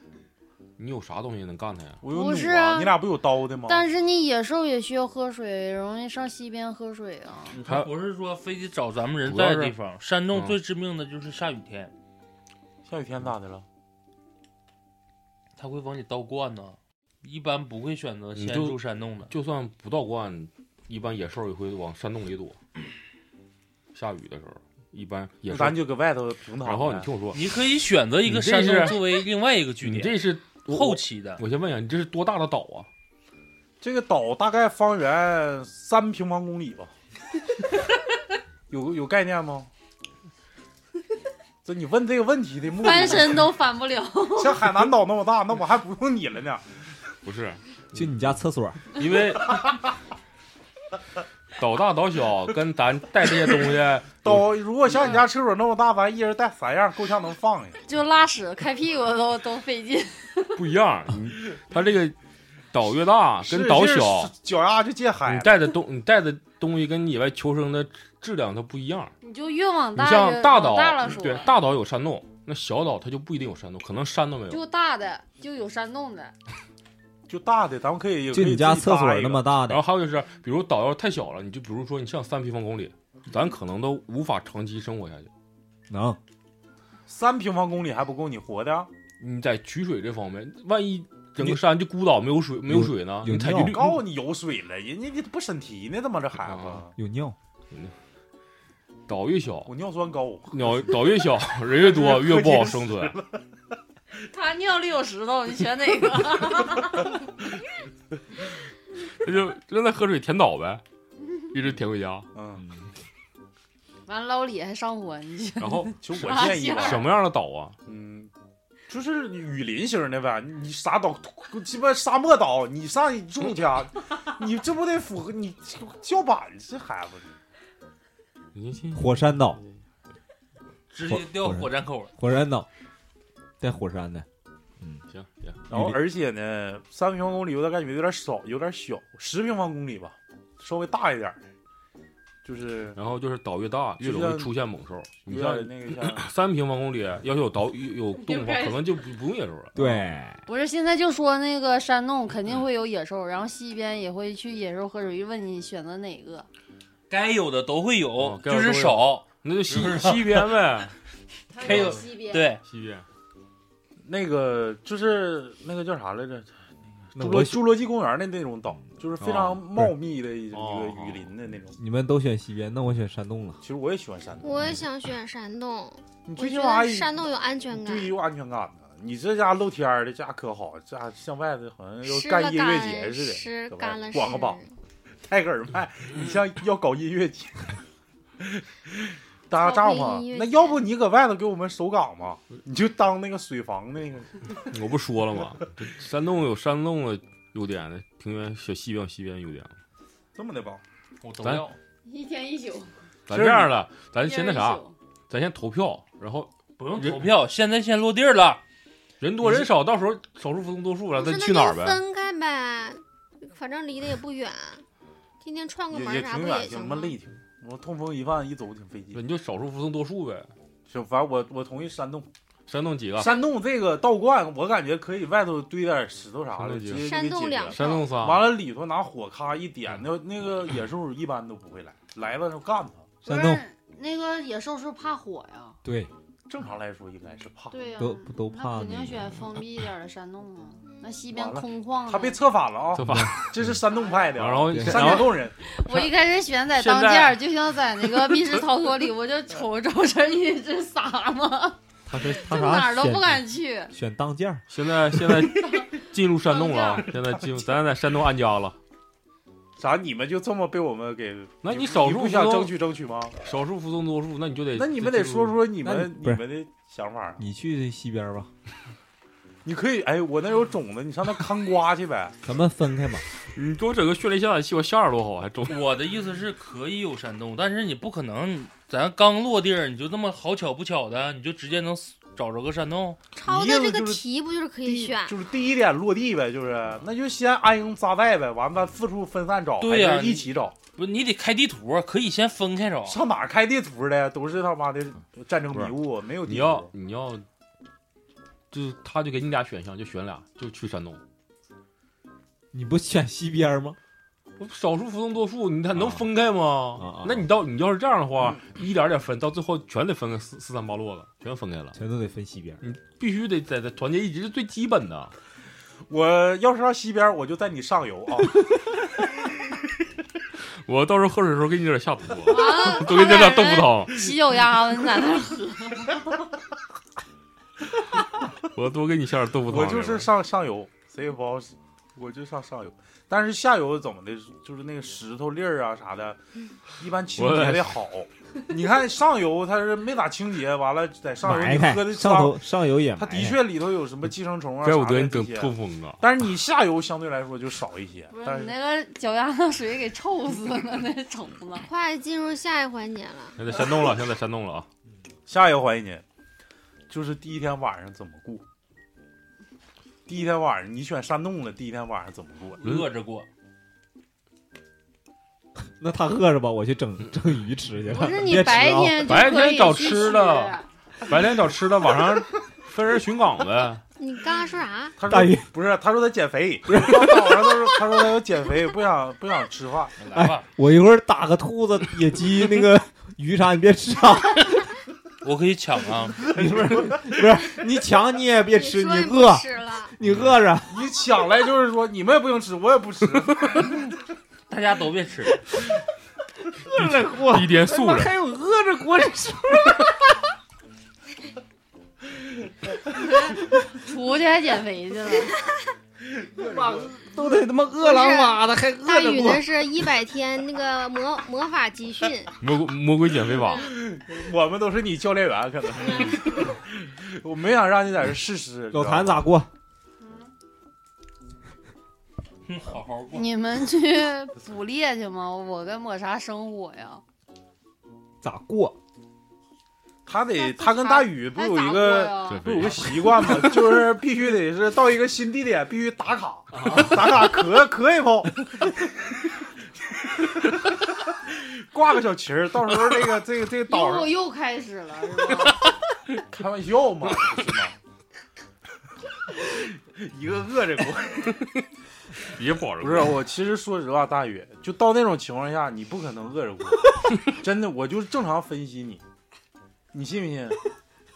B: 你有啥东西能干它呀？
A: 我有
D: 不
A: 弩
D: 是
A: 啊，
D: 啊
A: 你俩不有刀的吗？
D: 但是你野兽也需要喝水，容易上溪边喝水啊。
B: 嗯还
F: 不是说非得找咱们人
B: 主要
F: 在
B: 是
F: 的地方。山洞
B: 嗯
F: 最致命的就是下雨天，
A: 下雨天咋的了？
F: 它会往你倒灌呢。一般不会选择
B: 你
F: 先
B: 就
F: 入山洞的。
B: 就算不倒灌，一般野兽也会往山洞里躲。下雨的时候，一般野
A: 那
B: 兽
A: 咱。就搁外头平躺呗。
B: 然后你听我说，
F: 你可以选择一个
B: 你这
F: 山洞
B: 是
F: 作为另外一个据
B: 你
F: 点，
B: 这是我
F: 后期的
B: 我先问一下，你这是多大的岛啊？
A: 这个岛大概方圆三平方公里 吧，有有概念吗？这你问这个问题的目
D: 翻
A: 的，
D: 身都翻不了，
A: 像海南岛那么大，那我还不用你了呢。
B: 不 是，
E: 就你家厕所，
B: 因为 岛大岛小跟咱带这些东 西，
A: 岛如果像你家厕所那么大，咱一人带三样，够呛能放
E: 啊
A: 下。
D: 就拉屎开屁股都都费劲。
B: 不一样。你它这个岛越大，跟岛
A: 是
B: 小，，
A: 是脚丫就进海
D: 哎
B: 你
E: 嗯
A: 了。
B: 带的东你带的东西跟野外求生的质量它不一样。
D: 你就越往
B: 你
D: 大
B: 像
D: 越
B: 大
D: 往
B: 岛嗯
D: 大了，说，
B: 对大岛有山洞，那小岛它就不一定有山洞，可能山都没有。
D: 就大的就有山洞的，
A: 就大的，咱们可以
E: 就你家厕所那么
A: 么
E: 大
B: 然
E: 的
B: 后，还有就是，比如岛要是太小了，你就比如说你像三平方公里，咱可能都无法长期生活下去。
E: 能
A: 三平方公里还不够你活的？啊
B: 你嗯在取水这方面，万一整个山就孤岛没有水，没有水呢？
E: 有
B: 你采
E: 尿
B: 集率
A: 告诉你有水了，人家这不审题呢，他妈这孩
B: 啊
A: 子，
E: 有尿，
B: 岛越小，
A: 我尿酸高，啊
B: 鸟岛越小，人越多，越不好生存。
D: 他尿里有石头，你选哪个？
B: 那就让他喝水填岛呗，一直填回家。
A: 嗯，
D: 完捞里还上火，你选
B: 然后
A: 其实我建议吧，
B: 什么样的岛啊？
A: 嗯，就是雨林型的呗，你啥岛，鸡巴沙漠岛，你上去住去啊，你这不得符合你叫板这孩子，
B: 你这
E: 火山岛，
F: 直接掉火山口了。
E: 火山岛，带火山的，
B: 嗯行行，
A: 然后而且呢，三平方公里我咋感觉有点少，有点小，十平方公里吧，稍微大一点儿，就是
B: 然后就是岛越大，越容易出现猛兽。你
A: 有
B: 像
A: 点那个像，
B: 三平方公里，要是有岛有有洞的话，可能就不不用野兽了。
E: 对，
D: 不是，现在就说那个山洞肯定会有野兽，然后西边也会去野兽喝水。问你选择哪个？
F: 该有的都会有
B: 哦，该有
F: 就
B: 的都
F: 是
B: 有
F: 少。
B: 那就西
F: 是
B: 西边呗，
F: 还有
D: 西边，
F: 对，
B: 西边。
A: 那个就是那个叫啥来着？
E: 那
A: 侏
E: 我
A: 罗
E: 选
A: 侏罗纪公园的那种岛，就是非
B: 哦
A: 常
E: 不是
A: 茂密的一一个
B: 哦
A: 雨林的那种。
E: 你们都选西边，那我选山洞
H: 哦
E: 了。
A: 其实我也喜欢山洞，
G: 我也想选山洞，
A: 你
G: 我
A: 最起
G: 觉
A: 码
G: 得山洞有安全感
A: 对，，有安全感呢。你这家露天儿的，这家可好，这家向外头好像要
G: 湿了
A: 干音乐
G: 干
A: 节似
G: 湿
A: 搁外
G: 干了
A: 光个膀
G: 湿
A: 的，泰戈尔派，你像要搞音乐节，搭帐
G: 搞
A: 篷
G: 音乐。
A: 那
G: 节
A: 要不你搁外头给我们守岗吧？你就当那个水房那个，
B: 我不说了吗？这山洞有山洞的优点的，平原小西边有西边优点。
A: 这么的吧？
F: 我都
B: 咱
F: 要。
D: 一天一宿，
B: 咱
A: 是
B: 这样的，咱
D: 一
B: 先
D: 人
B: 那
D: 一
B: 哎啥，
D: 宿
B: 咱先投票，然后
F: 不用
B: 人
F: 投票，现在先落地儿了。
B: 人多人少，到时候少数服从多数了，
G: 不
B: 咱
G: 是那
B: 去哪儿
G: 就
B: 呗？
G: 分开呗，反正离得也不远，天天串个
A: 也
G: 门
A: 也
G: 儿啥
A: 挺
G: 不
A: 远，
G: 行
A: 他妈
G: 吗？
A: 累挺。我痛风一犯一走挺费劲。
B: 你就少数服从多数呗。
A: 行，反正我我同意山洞，
B: 山洞几个？
A: 山洞这个道观，我感觉可以外头堆点石头啥
B: 山
A: 的，
B: 洞
A: 直
B: 几个
A: 接就
G: 山
A: 给
G: 洞
A: 解决
G: 两
A: 了
B: 山洞仨。
A: 完了里头拿火咔一点，那那个野兽一般都不会来，来了就干他。
E: 山洞
D: 不是那个野兽是怕火呀？
E: 对，
A: 正常来说应该是怕，
D: 对呀、
E: 都都
D: 那
E: 怕
D: 肯定
E: 那个
D: 选封闭一点的山洞啊。那西边
A: 完了
D: 空旷啊。
A: 他被策反了啊！
B: 这吧，
A: 这是山洞派的啊，
B: 然后
E: 对
A: 山顶
B: 然后
A: 洞人，
D: 我一开始选在
B: 现
D: 当
B: 在
D: 间儿，就像在那个密室逃脱里，我就瞅着这一只傻嘛，
E: 他是他
D: 就
E: 啥
D: 哪儿都
E: 选
D: 不敢去。
E: 选当间儿，
B: 现在现在进入山洞 了，现在进入咱俩在山洞安家了。
A: 咋你们就这么被我们给？
B: 那
A: 你
B: 你少数
A: 不想
B: 服从
A: 争取争取吗？
B: 少数服从多数，那你就得
A: 那你们得说说你
E: 那
A: 们
E: 你
A: 你
E: 不是
A: 们的想法啊。
E: 你去西边吧，
A: 你可以，哎，我那有种子，你上那看瓜去呗。
E: 咱们分开吧。
B: 你给我整个血泪下载器，我下边多好，还中。
F: 我的意思是可以有山洞，但是你不可能，咱刚落地儿你就这么好巧不巧的，你就直接能找着个山洞。
G: 抄
A: 你意
G: 的这
A: 思
G: 个
A: 就是
G: 题不就是可
A: 第
G: 以
A: 一
G: 选？
A: 就是第一点落地呗，就是那就先安营扎寨呗，完了四处分散找，
F: 对呀
A: 还是一起找，
F: 不，你得开地图，啊可以先分开找。
A: 上哪儿开地图的都是他妈的战争迷雾，没有地
B: 你
A: 图。
B: 要你要，就是他就给你俩选项，就选俩，就去山洞。
E: 你不选西边吗？
B: 我少数服从多数，你还能
E: 啊
B: 分开吗？
E: 啊啊
B: 那你到你要是这样的话，
A: 嗯
B: 一点点分，到最后全得分个四四三八落了，全分开了。
E: 全都得分西边。
B: 你必须得在在团结一致是最基本的。
A: 我要是上西边，我就带你上游啊。
B: 我到时候喝水的时候给你点下毒，
D: 啊，
B: 都给你点豆腐汤，
D: 洗脚丫子，你在那儿
B: 我多给你下点豆腐汤。
A: 我就是上上游，谁也不好使，我就上上游。但是下游怎么的，就是那个石头粒儿啊啥的，一般清洁的好。你看上游它是没咋清洁，完了在上游
E: 埋
A: 你
E: 汰
A: 喝的
E: 上
A: 脏，
E: 头上游也埋
A: 它
E: 汰，
A: 的确里头有什么寄生虫啊
B: 怪不
A: 啥
B: 得
A: 的
B: 你
A: 这
B: 整痛
A: 些。
B: 风 啊！
A: 但是你下游相对来说就少一些
D: 不，是
A: 但
D: 你
A: 是
D: 那个脚丫子水给臭死了，那虫子。
G: 快进入下一环节了，
B: 现在山洞了，现在山洞了啊！
A: 下游环节就是第一天晚上怎么过。第一天晚上你选山洞了，第一天晚上怎么过？
B: 嗯
F: 饿着过，
E: 那他饿着吧，我去整 整鱼吃去了。
D: 不是你
E: 别吃
D: 白
E: 啊
D: 天就
B: 白天
D: 可以
B: 找
D: 去
B: 吃的， 白天找吃的，晚上分人巡岗呗。
G: 你刚刚说啥？
A: 他
E: 大
A: 说
E: 鱼
A: 不是，他说他减肥， 他早上他说他说他要减肥，不想不想吃饭。
F: 来吧，
E: 我一会儿打个兔子、野鸡、那个鱼啥，你别吃啊！
F: 我可以抢啊！
H: 你不是不是你抢你也别吃，
G: 说
H: 你
G: 你不
H: 饿
G: 吃了，
H: 你饿着，
A: 你抢来就是说你们也不用吃，我也不吃，
F: 大家都别吃，
H: 饿着过，
B: 一点素
H: 他妈
B: 质，
H: 还 有饿着过这事儿。
D: 出去还减肥去了，
H: 都得他妈饿狼哇的，还
G: 大
H: 饿着
G: 禹
H: 过
G: 那。是一百天那个魔魔法集训，
B: 魔鬼魔鬼减肥 法，
A: 我们都是你教练员可能是。
D: 嗯
A: 我没想让你在这试试。
H: 老谭咋过？
F: 好好过。
D: 你们去捕猎去吗？我跟抹茶生火呀。
H: 咋过？
A: 他得
D: 那
A: 他跟大宇不
D: 还
A: 有
D: 咋
A: 一
D: 过
A: 个
D: 呀
B: 减
A: 不
B: 肥
A: 有个习惯吗？就是必须得是到一个新地点必须打卡，
H: 啊
A: 打卡咳咳一 泡，挂个小旗儿，到时候这个这个这个岛
D: 又
A: 上
D: 又开始了，是吧？
A: 开玩笑嘛，是吗？一个饿着过，
B: 别跑 着
A: 不是我。其实说实话，大宇就到那种情况下，你不可能饿着 过，真的。我就是正常分析你，你信不信？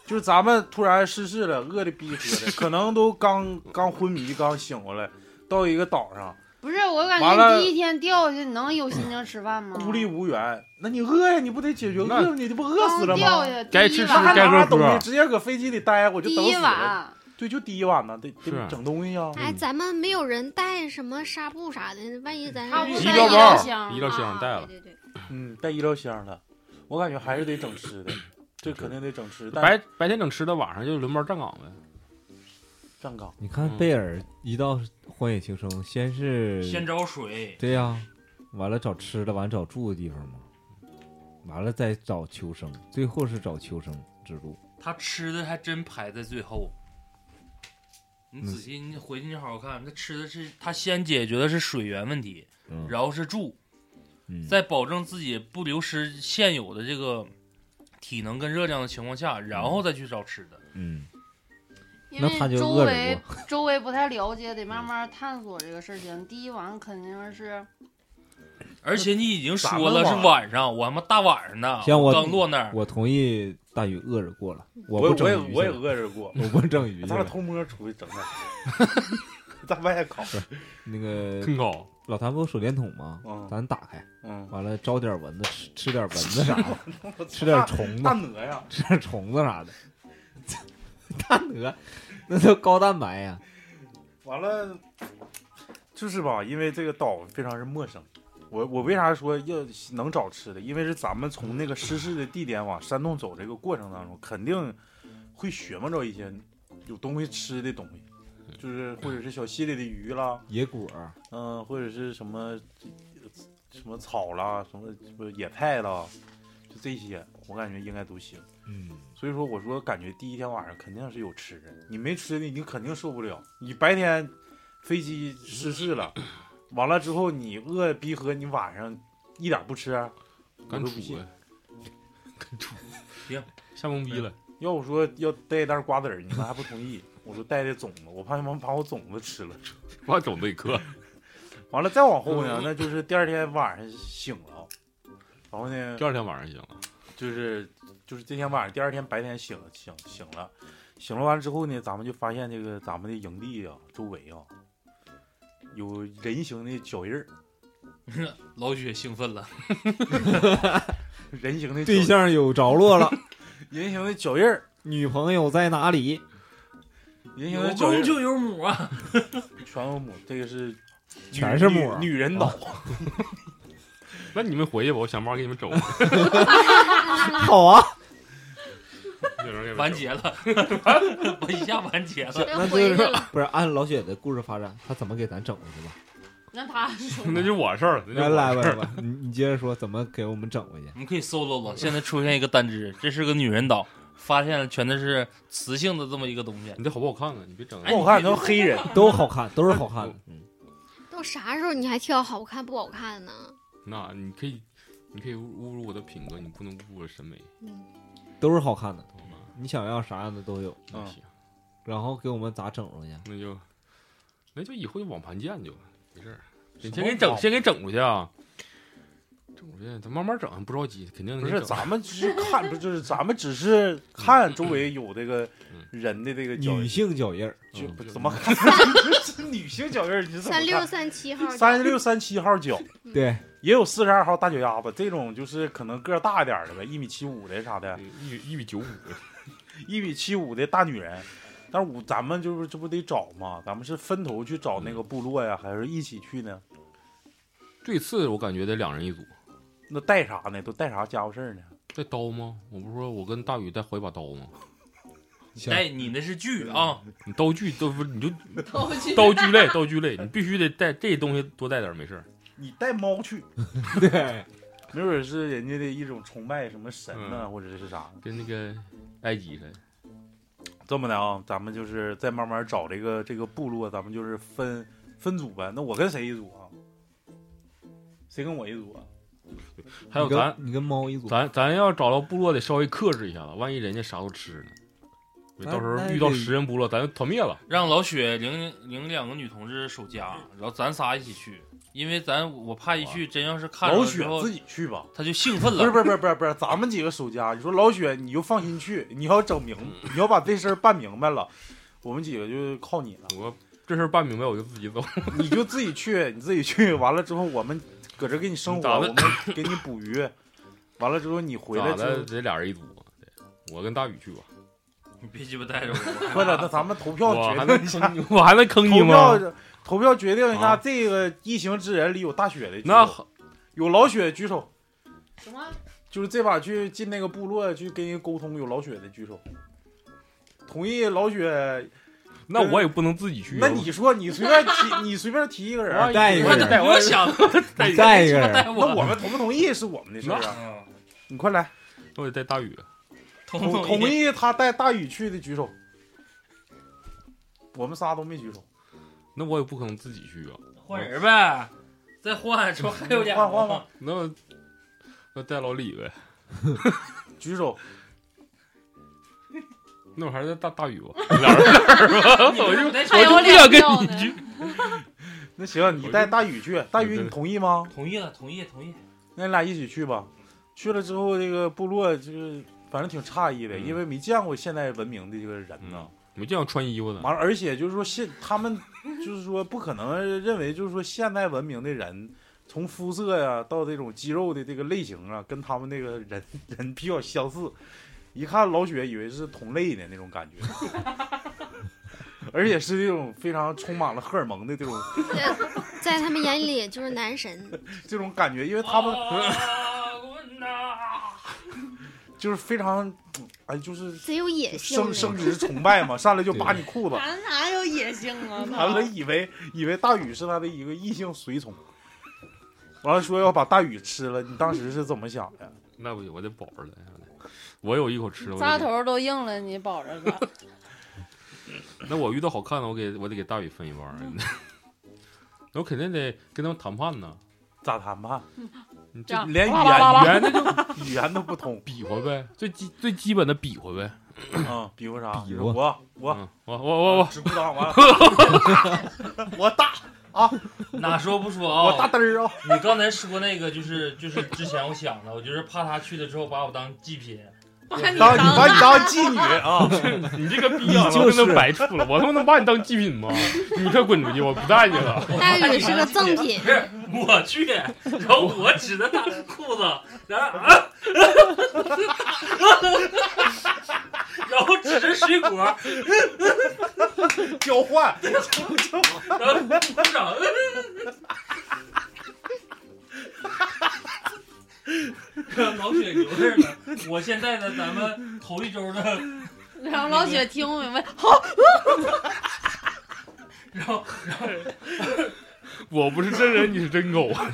A: 就是咱们突然失事了，饿的逼 喝的，可能都刚刚昏迷，刚醒过来，到一个岛上，
D: 不是，我感
A: 完
D: 觉
A: 了
D: 你第一天掉下去，你能有心情吃饭吗？
A: 孤立无援，那你饿呀，你不得解决
B: 那
A: 饿你这不饿
D: 刚
A: 死了
D: 掉
A: 吗？
D: 下去
B: 该
D: 第一
B: 吃吃
A: 那
D: 碗
A: 还
B: 该
A: 拿
B: 喝喝
A: 东西直接搁飞机里待，我就
D: 第
A: 等
D: 一
A: 死了。
D: 碗，
A: 对，就第一碗呢，得
B: 是
A: 得
B: 啊
A: 整东西啊。
G: 哎，咱们没有人带什么纱布啥的，万一咱
D: 差不多
B: 医
D: 带
B: 疗
D: 医
B: 包
D: 疗
B: 儿，
D: 箱
B: 医疗箱
G: 啊
B: 带了，
G: 对对对，
A: 嗯，带医疗箱的，我感觉还是得整吃的，这肯定得整吃。但
B: 白白天整吃的，晚上就轮班站岗呗。
A: 站岗，
H: 你看贝尔一到《荒野求生》，先是
F: 先找水，
H: 对呀、完了找吃的，完了找住的地方嘛，完了再找求生，最后是找求生之路。
F: 他吃的还真排在最后。你
H: 嗯
F: 仔细，你回去你好好看，他吃的是他先解决的是水源问题，
H: 嗯，
F: 然后是住，
H: 嗯
F: 在保证自己不流失现有的这个体能跟热量的情况下，然后再去找吃的。
H: 嗯，
D: 因为
H: 那他就
D: 周
H: 饿着
D: 围 周围不太了解，得慢慢探索这个事情。第一晚肯定是
F: 而且你已经
A: 咱
F: 说
A: 们
F: 了
A: 晚
F: 是晚上，我他妈大晚上呢，
H: 行我
F: 刚落那儿，
H: 我同意大宇饿着过了，
A: 我
H: 我不
A: 也我
H: 整
A: 也
H: 鱼去
A: 我也
H: 了
A: 饿着过，
H: 我不整鱼去
A: 咱俩
H: 了。
A: 偷摸出去整点 儿，咱外头烤。
H: 那个
B: 更高，
H: 老谭不有手电筒吗？
A: 嗯
H: 咱打开，
A: 嗯，
H: 完了招点蚊子吃，吃点蚊子啥的，吃点虫
A: 大
H: 子，
A: 鹅呀，
H: 吃点虫子啥的。 大鹅，那都高蛋白呀。
A: 完了，就是吧，因为这个岛非常是陌生。我我为啥说要能找吃的？因为是咱们从那个失事的地点往山洞走这个过程当中，肯定会寻摸着一些有东西吃的东西，就是或者是小溪里的鱼啦，
H: 野果儿，
A: 嗯、或者是什么什么草啦，什么什么野菜啦，就这些，我感觉应该都行。
H: 嗯，
A: 所以说，我说感觉第一天晚上肯定是有吃的，你没吃的你肯定受不了。你白天飞机失事了，完了之后你饿逼喝，你晚上一点不吃，啊我
B: 干
A: 都
B: 杵
A: 不信。
B: 呗， 干 杵，
F: 行，
B: 吓懵逼了。
A: 要我说要带一袋瓜子儿，你们还不同意。我说带的种子，我怕他们把我种子吃了。
B: 把总得 磕，
A: 完了再往后呢，那就是第二天晚上醒了，然后呢
B: 第二天晚上行了。
A: 就是就是这天晚上，第二天白天醒醒醒了，醒了完之后呢，咱们就发现这个咱们的营地啊，周围啊，有人形的脚印儿，
F: 老许也兴奋了，
A: 人形的脚
H: 对象有着落了，
A: 人形的脚印儿，
H: 女朋友在哪里？
A: 人形
F: 有
A: 的脚印
F: 公
A: 儿，
F: 就有母啊！
A: 全有母，这个是女
H: 全是
E: 啊
H: 母
A: 女女人脑，
B: 那你们回去吧，我想办法给你们 整。
H: 好啊，
B: 有人给你们整
F: 完结了， 我一下完结了。
H: 那
G: 这
H: 就
G: 回
H: 是
G: 去
H: 说
G: 了，
H: 不是按老雪的故事发展，他怎么给咱整回去吧？
D: 那他说
B: 那就我事儿了。那就
H: 来
B: 我
H: 来
B: 事
H: 吧，
B: 儿
H: 来 吧，你你接着说怎么给我们整回去？
F: 你们可以搜搜了，现在出现一个单只，这是个女人岛，发现了全都是雌性的这么一个东西。
B: 你这好不好看啊？你别整啊。
A: 不好看都是黑 人，
H: 都好看，都是好看 的。嗯，
G: 都啥时候你还挑好看不好看呢？
B: 那你可以，你可以侮辱我的品格，你不能侮辱我的审美，
G: 嗯，
H: 都是好看的，
B: 懂吗？
H: 你想要啥样的都有。
B: 那
A: 嗯
B: 行，
H: 然后给我们咋整回去？
B: 那就那就以后就网盘见就没事儿。
A: 么
B: 先给你整，先给你整过去啊。这我这咱慢慢整，不着急，肯定
A: 不
B: 能
A: 是，
B: 整
A: 咱们只是看，不就是咱们只是看周围有这个
B: 嗯
A: 人的这个脚
E: 女
A: 印，
E: 性脚印儿，
A: 就
B: 嗯
A: 不
B: 就
A: 怎么看？ 女性脚印儿你怎么
G: 三六
A: 看？
G: 三七号儿，
A: 三六三七号脚，
E: 对，
A: 也有四十二号大脚丫子，这种就是可能个儿大一点儿的呗，一米七五的啥的，
B: 一一米九五，
A: 一米七五的大女人。但是我咱们就是这不得找嘛？咱们是分头去找那个部落呀，还是一起去呢？
B: 最次我感觉得两人一组。
A: 那带啥呢？都带啥家伙事儿呢？
B: 带刀吗？我不是说我跟大宇带怀一把刀吗？
E: 行
F: 哎，你那是剧啊，
B: 你刀具都不是，你就
C: 道具
B: 刀具类，刀具类，你必须得带这东西多带点儿，没事儿。
A: 你带猫去，
E: 对，
A: 没准是人家的一种崇拜什么神呐、
B: 嗯
A: 或者是啥的。
B: 跟那个埃及似的，
A: 这么的啊，咱们就是再慢慢找这个这个部落，咱们就是分分组呗。那我跟谁一组啊？谁跟我一组啊？
B: 还有
E: 你跟
B: 咱
E: 你跟猫一组，
B: 咱咱要找到部落得稍微克制一下子，万一人家啥都吃呢？
E: 那
B: 到时候
E: 那
B: 遇到
E: 得
B: 食人部落，咱就团灭了。
F: 让老雪领领两个女同志守家，然后咱仨一起去，因为咱我怕一去真要是看着
A: 老
F: 了
A: 雪
F: 之后
A: 自己去吧。
F: 他就兴奋
A: 不是
F: 了
A: 不，是不是不是不是，咱们几个守家。你说老雪，你就放心去，你要整明，
B: 嗯
A: 你要把这事儿办明白了，我们几个就靠你了。
B: 我这事儿办明白，我就自己走。
A: 你就自己去，你自己去。完了之后，我们搁这给你生活，
B: 咋
A: 我
B: 的
A: 们给你捕 鱼。完了之后，你回来
B: 咋
A: 之后
B: 的？，得俩人一组，啊对我跟大宇去吧。
F: 你别鸡巴带着我。
A: 快点，那咱们投票
B: 我
A: 决
B: 还
A: 定
B: 能
A: 一下。
B: 坑你，我还能坑你
A: 投
B: 吗？
A: 票投票决定一下，
B: 啊
A: 这个一行之人里有大雪的举手，
B: 那
A: 有老雪举手，
C: 什么？
A: 就是这把去进那个部落去跟人沟通，有老雪的举手，同意老雪。
B: 那我也不能自己去啊。
A: 那你说你随便提，你随便提一个人
E: 我
A: 儿，
E: 带一个
F: 我
E: 人，
F: 怎么想的？带
E: 你带一个人，
F: 带
A: 那我
F: 我，
A: 们同不同意是我们的事儿啊。
F: 嗯
A: 你快来，
B: 我得带大宇。啊
F: 同
A: 同
F: 不
A: 同
F: 意？
A: 意他带大宇去的举手。我们仨都没举手，
B: 那我也不可能自己去啊。
F: 换人呗，再换，说还有俩
A: 换换换，
B: 那那带老李呗，
A: 举手。
B: 那我还是带大大宇吧， 俩人俩人吧，我就
D: 哎
C: 还有
B: 我就不想
C: 两票
B: 跟
C: 呢
B: 你去。
A: 那行，你带大宇去，大宇你同意吗？
F: 同意了，同意，同意。
A: 那你俩一起去吧。去了之后，这个部落就是反正挺诧异的，
B: 嗯
A: 因为没见过现代文明的这个人呢。
B: 没见过穿衣服的，
A: 完了，而且就是说现他们就是说不可能认为就是说现代文明的人，从肤色呀、到这种肌肉的这个类型啊，跟他们那个人人比较相似。一看老雪，以为是同类的那种感觉， 而且是那种非常充满了荷尔蒙的这种
G: 在他们眼里就是男神，
A: 这种感觉，因为他们
F: 啊 滚呐！
A: 就是非常，哎，就是
G: 贼有野性
A: 生
G: 的。
A: 生殖崇拜嘛，上来就扒你裤 子，
C: 咱哪有野性啊？
A: 完了以为以为大禹是他的一个异性随从，完了说要把大禹吃了，你当时是怎么想的？
B: 那不行，我得保着它。我有一口吃的，我
D: 仨
B: 得
D: 头都硬了，你保着吧。
B: 那我遇到好看的，我给我得给大宇分一半儿。
D: 嗯
B: 那我肯定得跟他们谈判呢，
A: 咋谈判？
B: 你
D: 这
B: 这
D: 样
A: 连语
D: 哇哇哇哇
A: 言
B: 原来就
A: 语言都不通
B: 比划呗，最基最基本的比划呗。
A: 啊！比划啥？
E: 比
A: 就是
E: 划
A: 我我
B: 嗯我我我我
A: 只顾当完了，我大
F: 哪说不说
A: 我大
F: 啊？
A: 嘚儿啊！
F: 你刚才说那个就是就是之前我想的，我就是怕他去了之后把我当祭品。
C: 把你
A: 当你把你当
C: 当
A: 妓女啊！
B: 你这个逼样，
E: 你就
B: 我
E: 是
B: 真的白处了，我他妈能把你当祭品吗？你快滚出去，我不带你了。
G: 大禹是个 赠品
F: 不，是我去，然后我指着他的裤子，然后 啊，然后指着水果，
A: 交换，
F: 然后鼓掌。 老雪留这儿呢，我现在呢，咱们头一周的，
D: 然后老雪听不明白，
F: 然后
B: 我不是真人，你是真狗。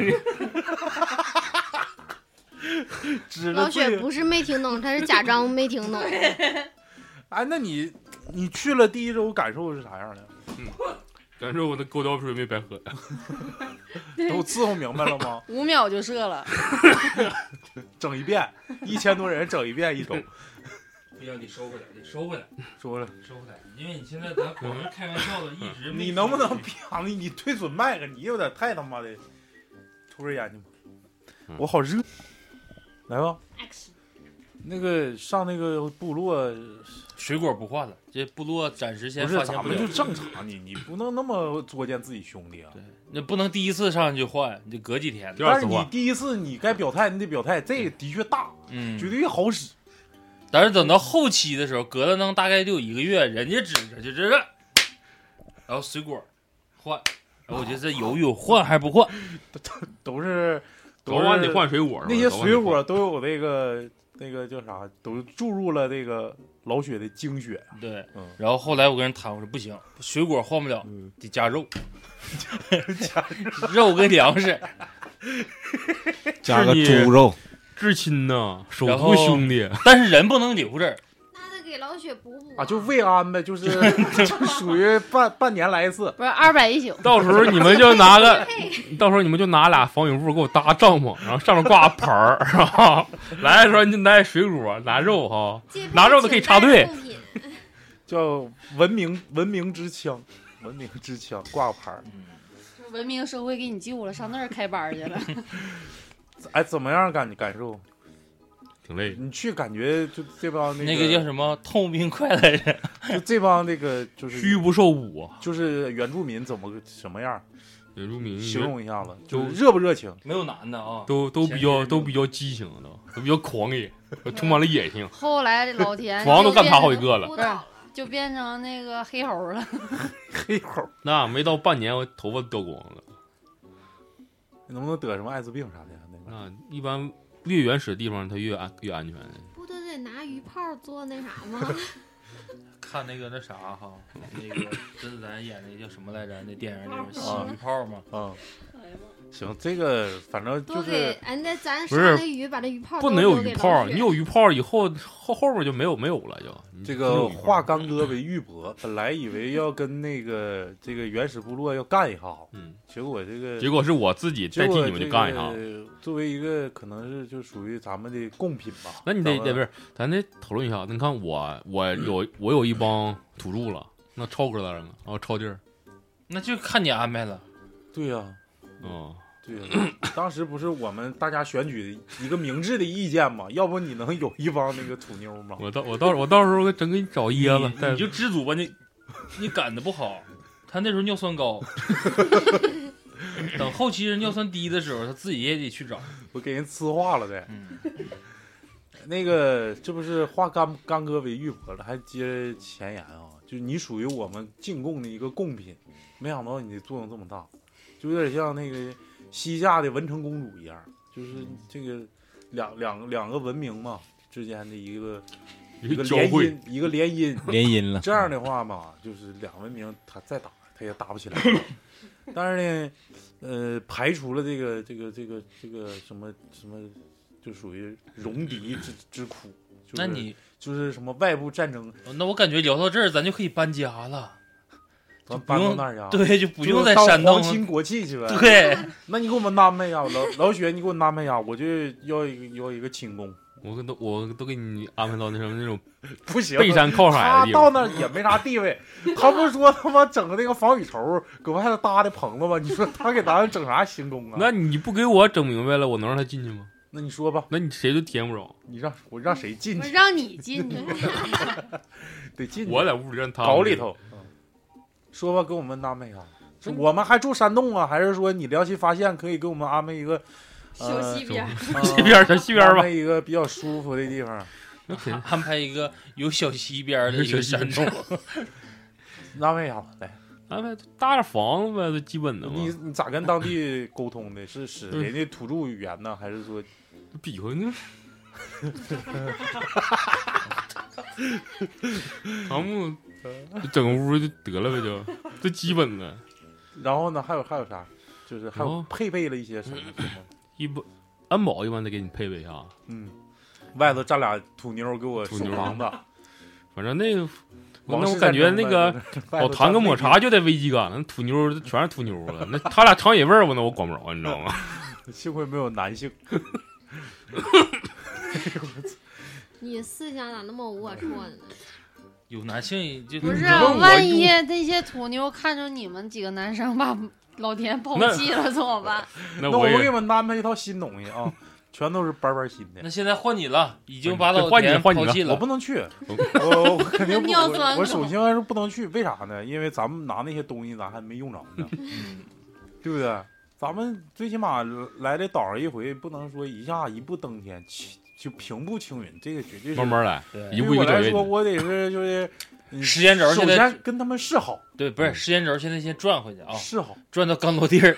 A: 指着
G: 老
A: 自
G: 雪
A: 己。
G: 不是没听懂，他是假装没听懂。
A: 哎，那你你去了第一周感受是啥样的？
B: 但是我的狗叼水没白喝呀。
A: 都伺候明白了吗？
D: 五秒就射 了。
A: 整一遍，一千多人整一遍一周，
F: 不要你收回来，你收回来，
A: 说了。
F: 收回来，因为你现在咱我们开玩笑的，一 直没
A: 你能不能别你你对准麦克，你有点太他妈的突着眼睛吧。
B: 嗯
A: 我好热。来吧，
C: Action
A: 那个上那个部落
F: 水果不换了，这部落暂时先
A: 不
F: 发
A: 是
F: 现
A: 咱
F: 不
A: 们
F: 了
A: 就。正常，你你不能那么作践自己兄弟啊。
F: 对，那不能第一次上去就换，你就隔几天
B: 第。
A: 但
B: 二
A: 是
B: 次
A: 你
B: 换，
A: 第一次你该表态，你得表态，这个的确大，
F: 嗯，
A: 绝对好使。
F: 但是等到后期的时候，隔了能大概得有一个月，人家指着就这这，然后水果换，然后我就在犹豫换还是不换。
A: 都是
B: 早
A: 都是
B: 晚得换水果是吧。
A: 那些
B: 早晚
A: 水
B: 得换
A: 果都有那个那个叫啥，都注入了那个老雪的精血。
F: 对，
A: 嗯
F: 然后后来我跟人谈，我说不行，水果换不了，
A: 嗯
F: 得加 肉，肉跟粮食。
E: 加个
B: 你
E: 猪肉，
B: 至亲呐，手
F: 然
B: 足
F: 后
B: 兄弟，
F: 但是人不能留着，
G: 那得给老雪补补
A: 啊，就慰安呗，就是就属于半半年来一次。
D: 不是二百一宿，
B: 到时候你们就拿 个
G: 配
B: 到时候你们就拿俩防雨布给我搭帐篷，然后上面挂牌儿， 是吧？来的时候你就拿水果，拿肉哈。拿肉的可以插队。
A: 叫文明文明之枪，文明之枪挂个牌儿。
D: 文明社会给你救了，上那儿开班 去了。
A: 哎，怎么样感感受？
B: 挺累，
A: 你去感觉就这帮那
F: 那个叫什么痛并快乐着。
A: 就这帮那个就
B: 虚
A: 是
B: 不受补啊。
A: 就是原住民怎么个什么样？
B: 原住民
A: 形容一下子，
B: 嗯就
A: 就热不热情？
F: 没有男的 啊，
B: 都都比
F: 前
B: 较
F: 面
B: 都比较激情的，都比较狂野，都充满了野性。
D: 后来这老田
B: 王都
D: 就
B: 干趴
D: 变
B: 好几个了，
G: 不倒了，
D: 就变成那个黑猴 了。
A: 黑猴，
B: 那没到半年我头发掉光了。
A: 能不能得什么艾滋病啥的呀？那个
B: 那一般越原始的地方它越安越安全。
G: 不都得拿鱼泡做那啥吗？
F: 看那个那啥哈，那个 甄子丹演那叫什么来着？那电影里面
A: 啊
F: 洗鱼泡嘛，
A: 嗯，行，这个反正
G: 都
A: 就
G: 给
A: 是
G: 哎，那咱
B: 不
G: 杀
B: 是
G: 那鱼，把那鱼泡
B: 不
G: 都
B: 能有
G: 留
B: 鱼
G: 给老
B: 泡，
G: 雪
B: 你有鱼泡以后后后面就没有没有了就。
A: 这
B: 不能
A: 个
B: 有鱼泡
A: 化干戈为玉帛，本来以为要跟那个这个原始部落要干一下，
B: 嗯，
A: 结果这个
B: 结果是我自己代
A: 结
B: 替
A: 果
B: 你们去干一下
A: 这。个作为一个可能是就属于咱们的贡品吧。
B: 那你得
A: 咱
B: 得
A: 们
B: 不是，咱得讨论一下。你看我， 我有我有一帮土著了，那超哥当然了，啊，超弟儿，
F: 那就看你安排了。
A: 对呀、
B: 嗯，
A: 对呀、当时不是我们大家选举的一个明智的意见吗？要不你能有一帮那个土妞吗？
B: 我到我到我到时候整给你找椰子，
F: 你
B: 带
F: 你就知足吧，你你赶的不好，他那时候尿酸高， 等后期人尿酸低的时候，他自己也得去找。
A: 我给人呲化了呗。
F: 嗯，
A: 那个，这不是化干干戈为玉帛了，还接前言啊？就你属于我们进贡的一个贡品，没想到你的作用这么大，就有点像那个西夏的文成公主一样，就是这个两两两个文明嘛之间的一个一
B: 一
A: 个
B: 个交
A: 联
B: 汇，
A: 姻，一个联姻。
E: 联姻了，
A: 这样的话嘛，就是两文明他再打他也打不起来。但是呢，呃，排除了这个这个这个这个什么什么，就属于戎狄之之苦。就是、
F: 那你
A: 就是什么外部战争，
F: 那我感觉聊到这儿，咱就可以搬家了，
A: 咱
F: 不
A: 搬到
F: 用
A: 那儿去啊？，
F: 对，就不用再
A: 到
F: 山
A: 皇
F: 东。
A: 亲国戚去呗。
F: 对，
A: 那你给我们安排呀，老老雪，你给我安排呀，我就要一个要一个寝宫，
B: 我给都我都给你安排到那什么那种
A: 不行。
B: 背山靠海
A: 他
B: 的地
A: 到
B: 方。
A: 那儿也没啥地位，他不说他妈整个那个防雨绸搁外头搭的棚子吗？你说他给咱们整啥行宫啊？
B: 那你不给我整明白了，我能让他进去吗？
A: 那你说吧，
B: 那你谁都体验不着，
A: 你让我让谁进
D: 我
A: 去？
D: 让你进去，
A: 得进去
B: 我在屋里让他
A: 搞里。头。嗯说吧，给我们安排一下。是
B: 嗯
A: 我们还住山洞啊，还是说你良心发现可以给我们安排一个
D: 小西边
B: 哎
D: 儿，
A: 呃
B: 西边儿，小西边儿
A: 安
B: 吧
A: 排，一个比较舒服的地方，啊
B: 那肯定
F: 安排一个有小溪边儿的
B: 有
F: 一
B: 小
F: 个
B: 溪边
F: 山
B: 儿
F: 洞，
A: 啊安排一下吧。来，
B: 安排搭点房子呗，最基本的嘛
A: 你。你咋跟当地沟通的？是使
B: 嗯
A: 人家土著语言呢，还是说
B: 比划呢？ 唐木就整个屋就得了呗，就最基本的。
A: 然后呢？还有还有啥？就是还有
B: 哦
A: 配备了一些什
F: 嗯
A: 么什么？
B: 一般安保一般得给你配备啥，
A: 嗯，外头站俩土妞儿给我
B: 土
A: 守
B: 妞儿
A: 房子，
B: 反正那个，我
A: 王
B: 那
A: 室
B: 我感觉
A: 战
B: 那
A: 争
B: 个
A: 外头
B: 老谈个
A: 站那
B: 抹茶就得危机感，那土妞儿全是土妞儿了，那他俩长野味儿我那我管不着，你知 道吗？
A: 个，幸亏没有男性。
G: 你思想咋那么龌龊 呢？
F: 有男性就
D: 不
B: 你
D: 是啊
B: 知道我
D: 万一那些土妞看着你们几个男生把老田抛
B: 那
D: 弃了怎 么办？
B: 那
A: 那我
B: 哎我
A: 们给你
B: 也
A: 们安排一套新东西啊，全都是板板新的
F: 那。现在换你了，已经把
B: 对
F: 老
B: 换你
F: 田
B: 换你
F: 抛
B: 了
F: 弃
A: 我
F: 了
A: 不。能去，我我肯定不。
D: 尿酸
A: 我我
D: 是吗
A: 首先还是不能去，为啥呢？因为咱们拿那些东西，咱还没用着 呢，嗯对不对？咱们最起码来这岛上一回，不能说一下一步登天，起就平步青云，这个绝对是
B: 慢慢来，
F: 对
B: 一
A: 对
B: 步一
A: 我
B: 个脚
A: 来
B: 印
A: 说，。我得是就是嗯
F: 时间轴
A: 首
F: 现在
A: 先跟他们示好，
F: 对，不是时间轴，现在先转回去啊，
A: 示好。
F: 转到刚落地 儿。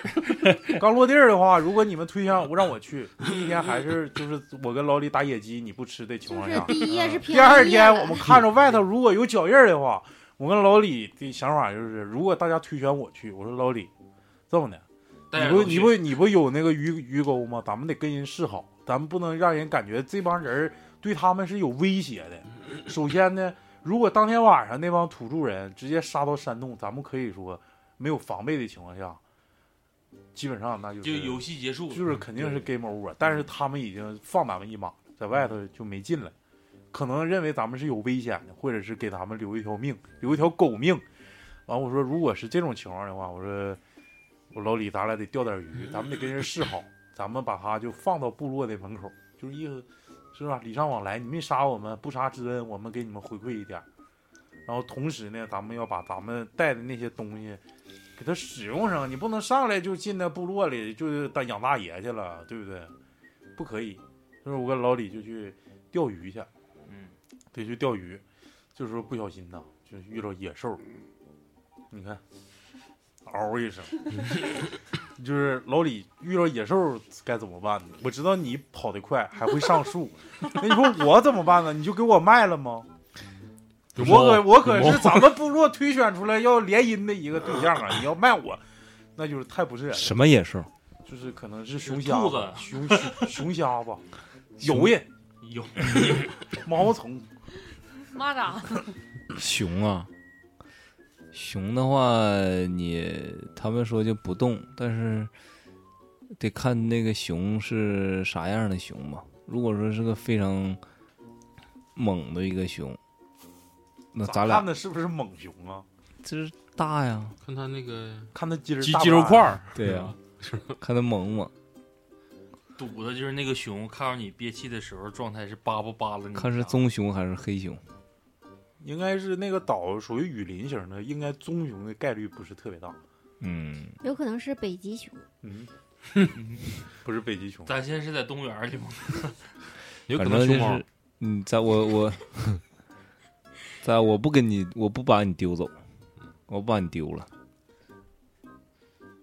A: 刚落地儿的话，如果你们推荐我让我去，第一天还是就是我跟老李打野鸡，你不吃的情
G: 就
A: 况
G: 是
A: 下，
G: 第一页是平
A: 第二
G: 面
A: 天
G: 的
A: 我们看着外头如果有脚印儿的话，我跟老李的想法就是，如果大家推选我去，我说老李，这么的，你不你不你不有那个鱼鱼钩吗？咱们得跟人示好，咱们不能让人感觉这帮人儿对他们是有威胁的。首先呢，如果当天晚上那帮土著人直接杀到山洞，咱们可以说没有防备的情况下，基本上那就是
B: 就游戏结束，
A: 就是肯定是 game over，但是他们已经放咱们一马，在外头就没进来，可能认为咱们是有危险的，或者是给他们留一条命，留一条狗命。完，我说如果是这种情况的话，我说我老李，咱俩得钓点鱼，咱们得跟人示好，咱们把他就放到部落的门口，就是意思是吧？礼尚往来，你没杀我们，不杀之恩，我们给你们回馈一点儿。然后同时呢，咱们要把咱们带的那些东西给它使用上，你不能上来就进那部落里就是当养大爷去了，对不对？不可以。就是我跟老李就去钓鱼去，
F: 嗯，
A: 得去钓鱼，就是说不小心呐，就遇到野兽，你看，嗷一声， 就是老李遇到野兽该怎么办呢？我知道你跑得快，还会上树，那你说我怎么办呢？你就给我卖了吗？
B: 有
A: 我可
B: 猫
A: 我可
B: 有猫
A: 是咱们部落推选出来要联姻的一个对象啊！你要卖我，那就是太不是人了。
H: 什么野兽？
A: 就是可能是熊
F: 是
A: 瞎
F: 兔
A: 子
F: 子、
A: 熊熊熊瞎 子、油印、
F: 有
A: 毛虫，
D: 蚂蚱
H: 熊啊，熊的话，你他们说就不动，但是得看那个熊是啥样的熊嘛。如果说是个非常猛的一个熊，那咱
A: 看
H: 俩
A: 的是不是猛熊啊？
H: 这是大呀，
B: 看他那个
A: 看它肌儿
B: 肌
A: 大不
B: 肌肉
A: 大
B: 块，儿，
H: 对呀、看它猛不猛，
B: 嗯
F: 堵的就是那个熊，看到你憋气的时候，状态是扒不扒拉你一下。
H: 看是棕熊还是黑熊。
A: 应该是那个岛属于雨林型的，应该棕熊的概率不是特别大。
H: 嗯，
G: 有可能是北极熊，
A: 嗯， 不是北极熊，
F: 咱现在是在动物园里吗？
B: 有可
H: 反
B: 能
H: 正就
B: 熊猫
H: 是，嗯，在我我， 在我不跟你，我不把你丢走，我不把你丢了，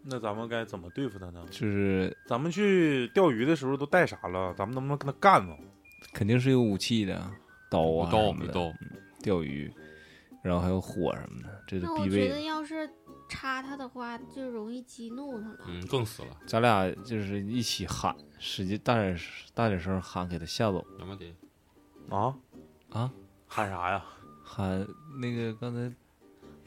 A: 那咱们该怎么对付它呢？
H: 就是
A: 咱们去钓鱼的时候都带啥了？咱们能不能跟它干呢？
H: 肯定是有武器的啊，刀
B: 有
H: 啊
B: 刀
H: 什么
B: 有
H: 的，
B: 刀，
H: 钓鱼，然后还有火什么的，这是
G: 那我
H: 必
G: 觉
H: 备
G: 得
H: 的。
G: 要是插它的话，就容易激怒它了。
B: 嗯，更死了，
H: 咱俩就是一起喊，使劲大点大点声喊，给他吓走，
B: 咱们得
A: 啊
H: 啊，
A: 喊啥呀？
H: 喊那个刚才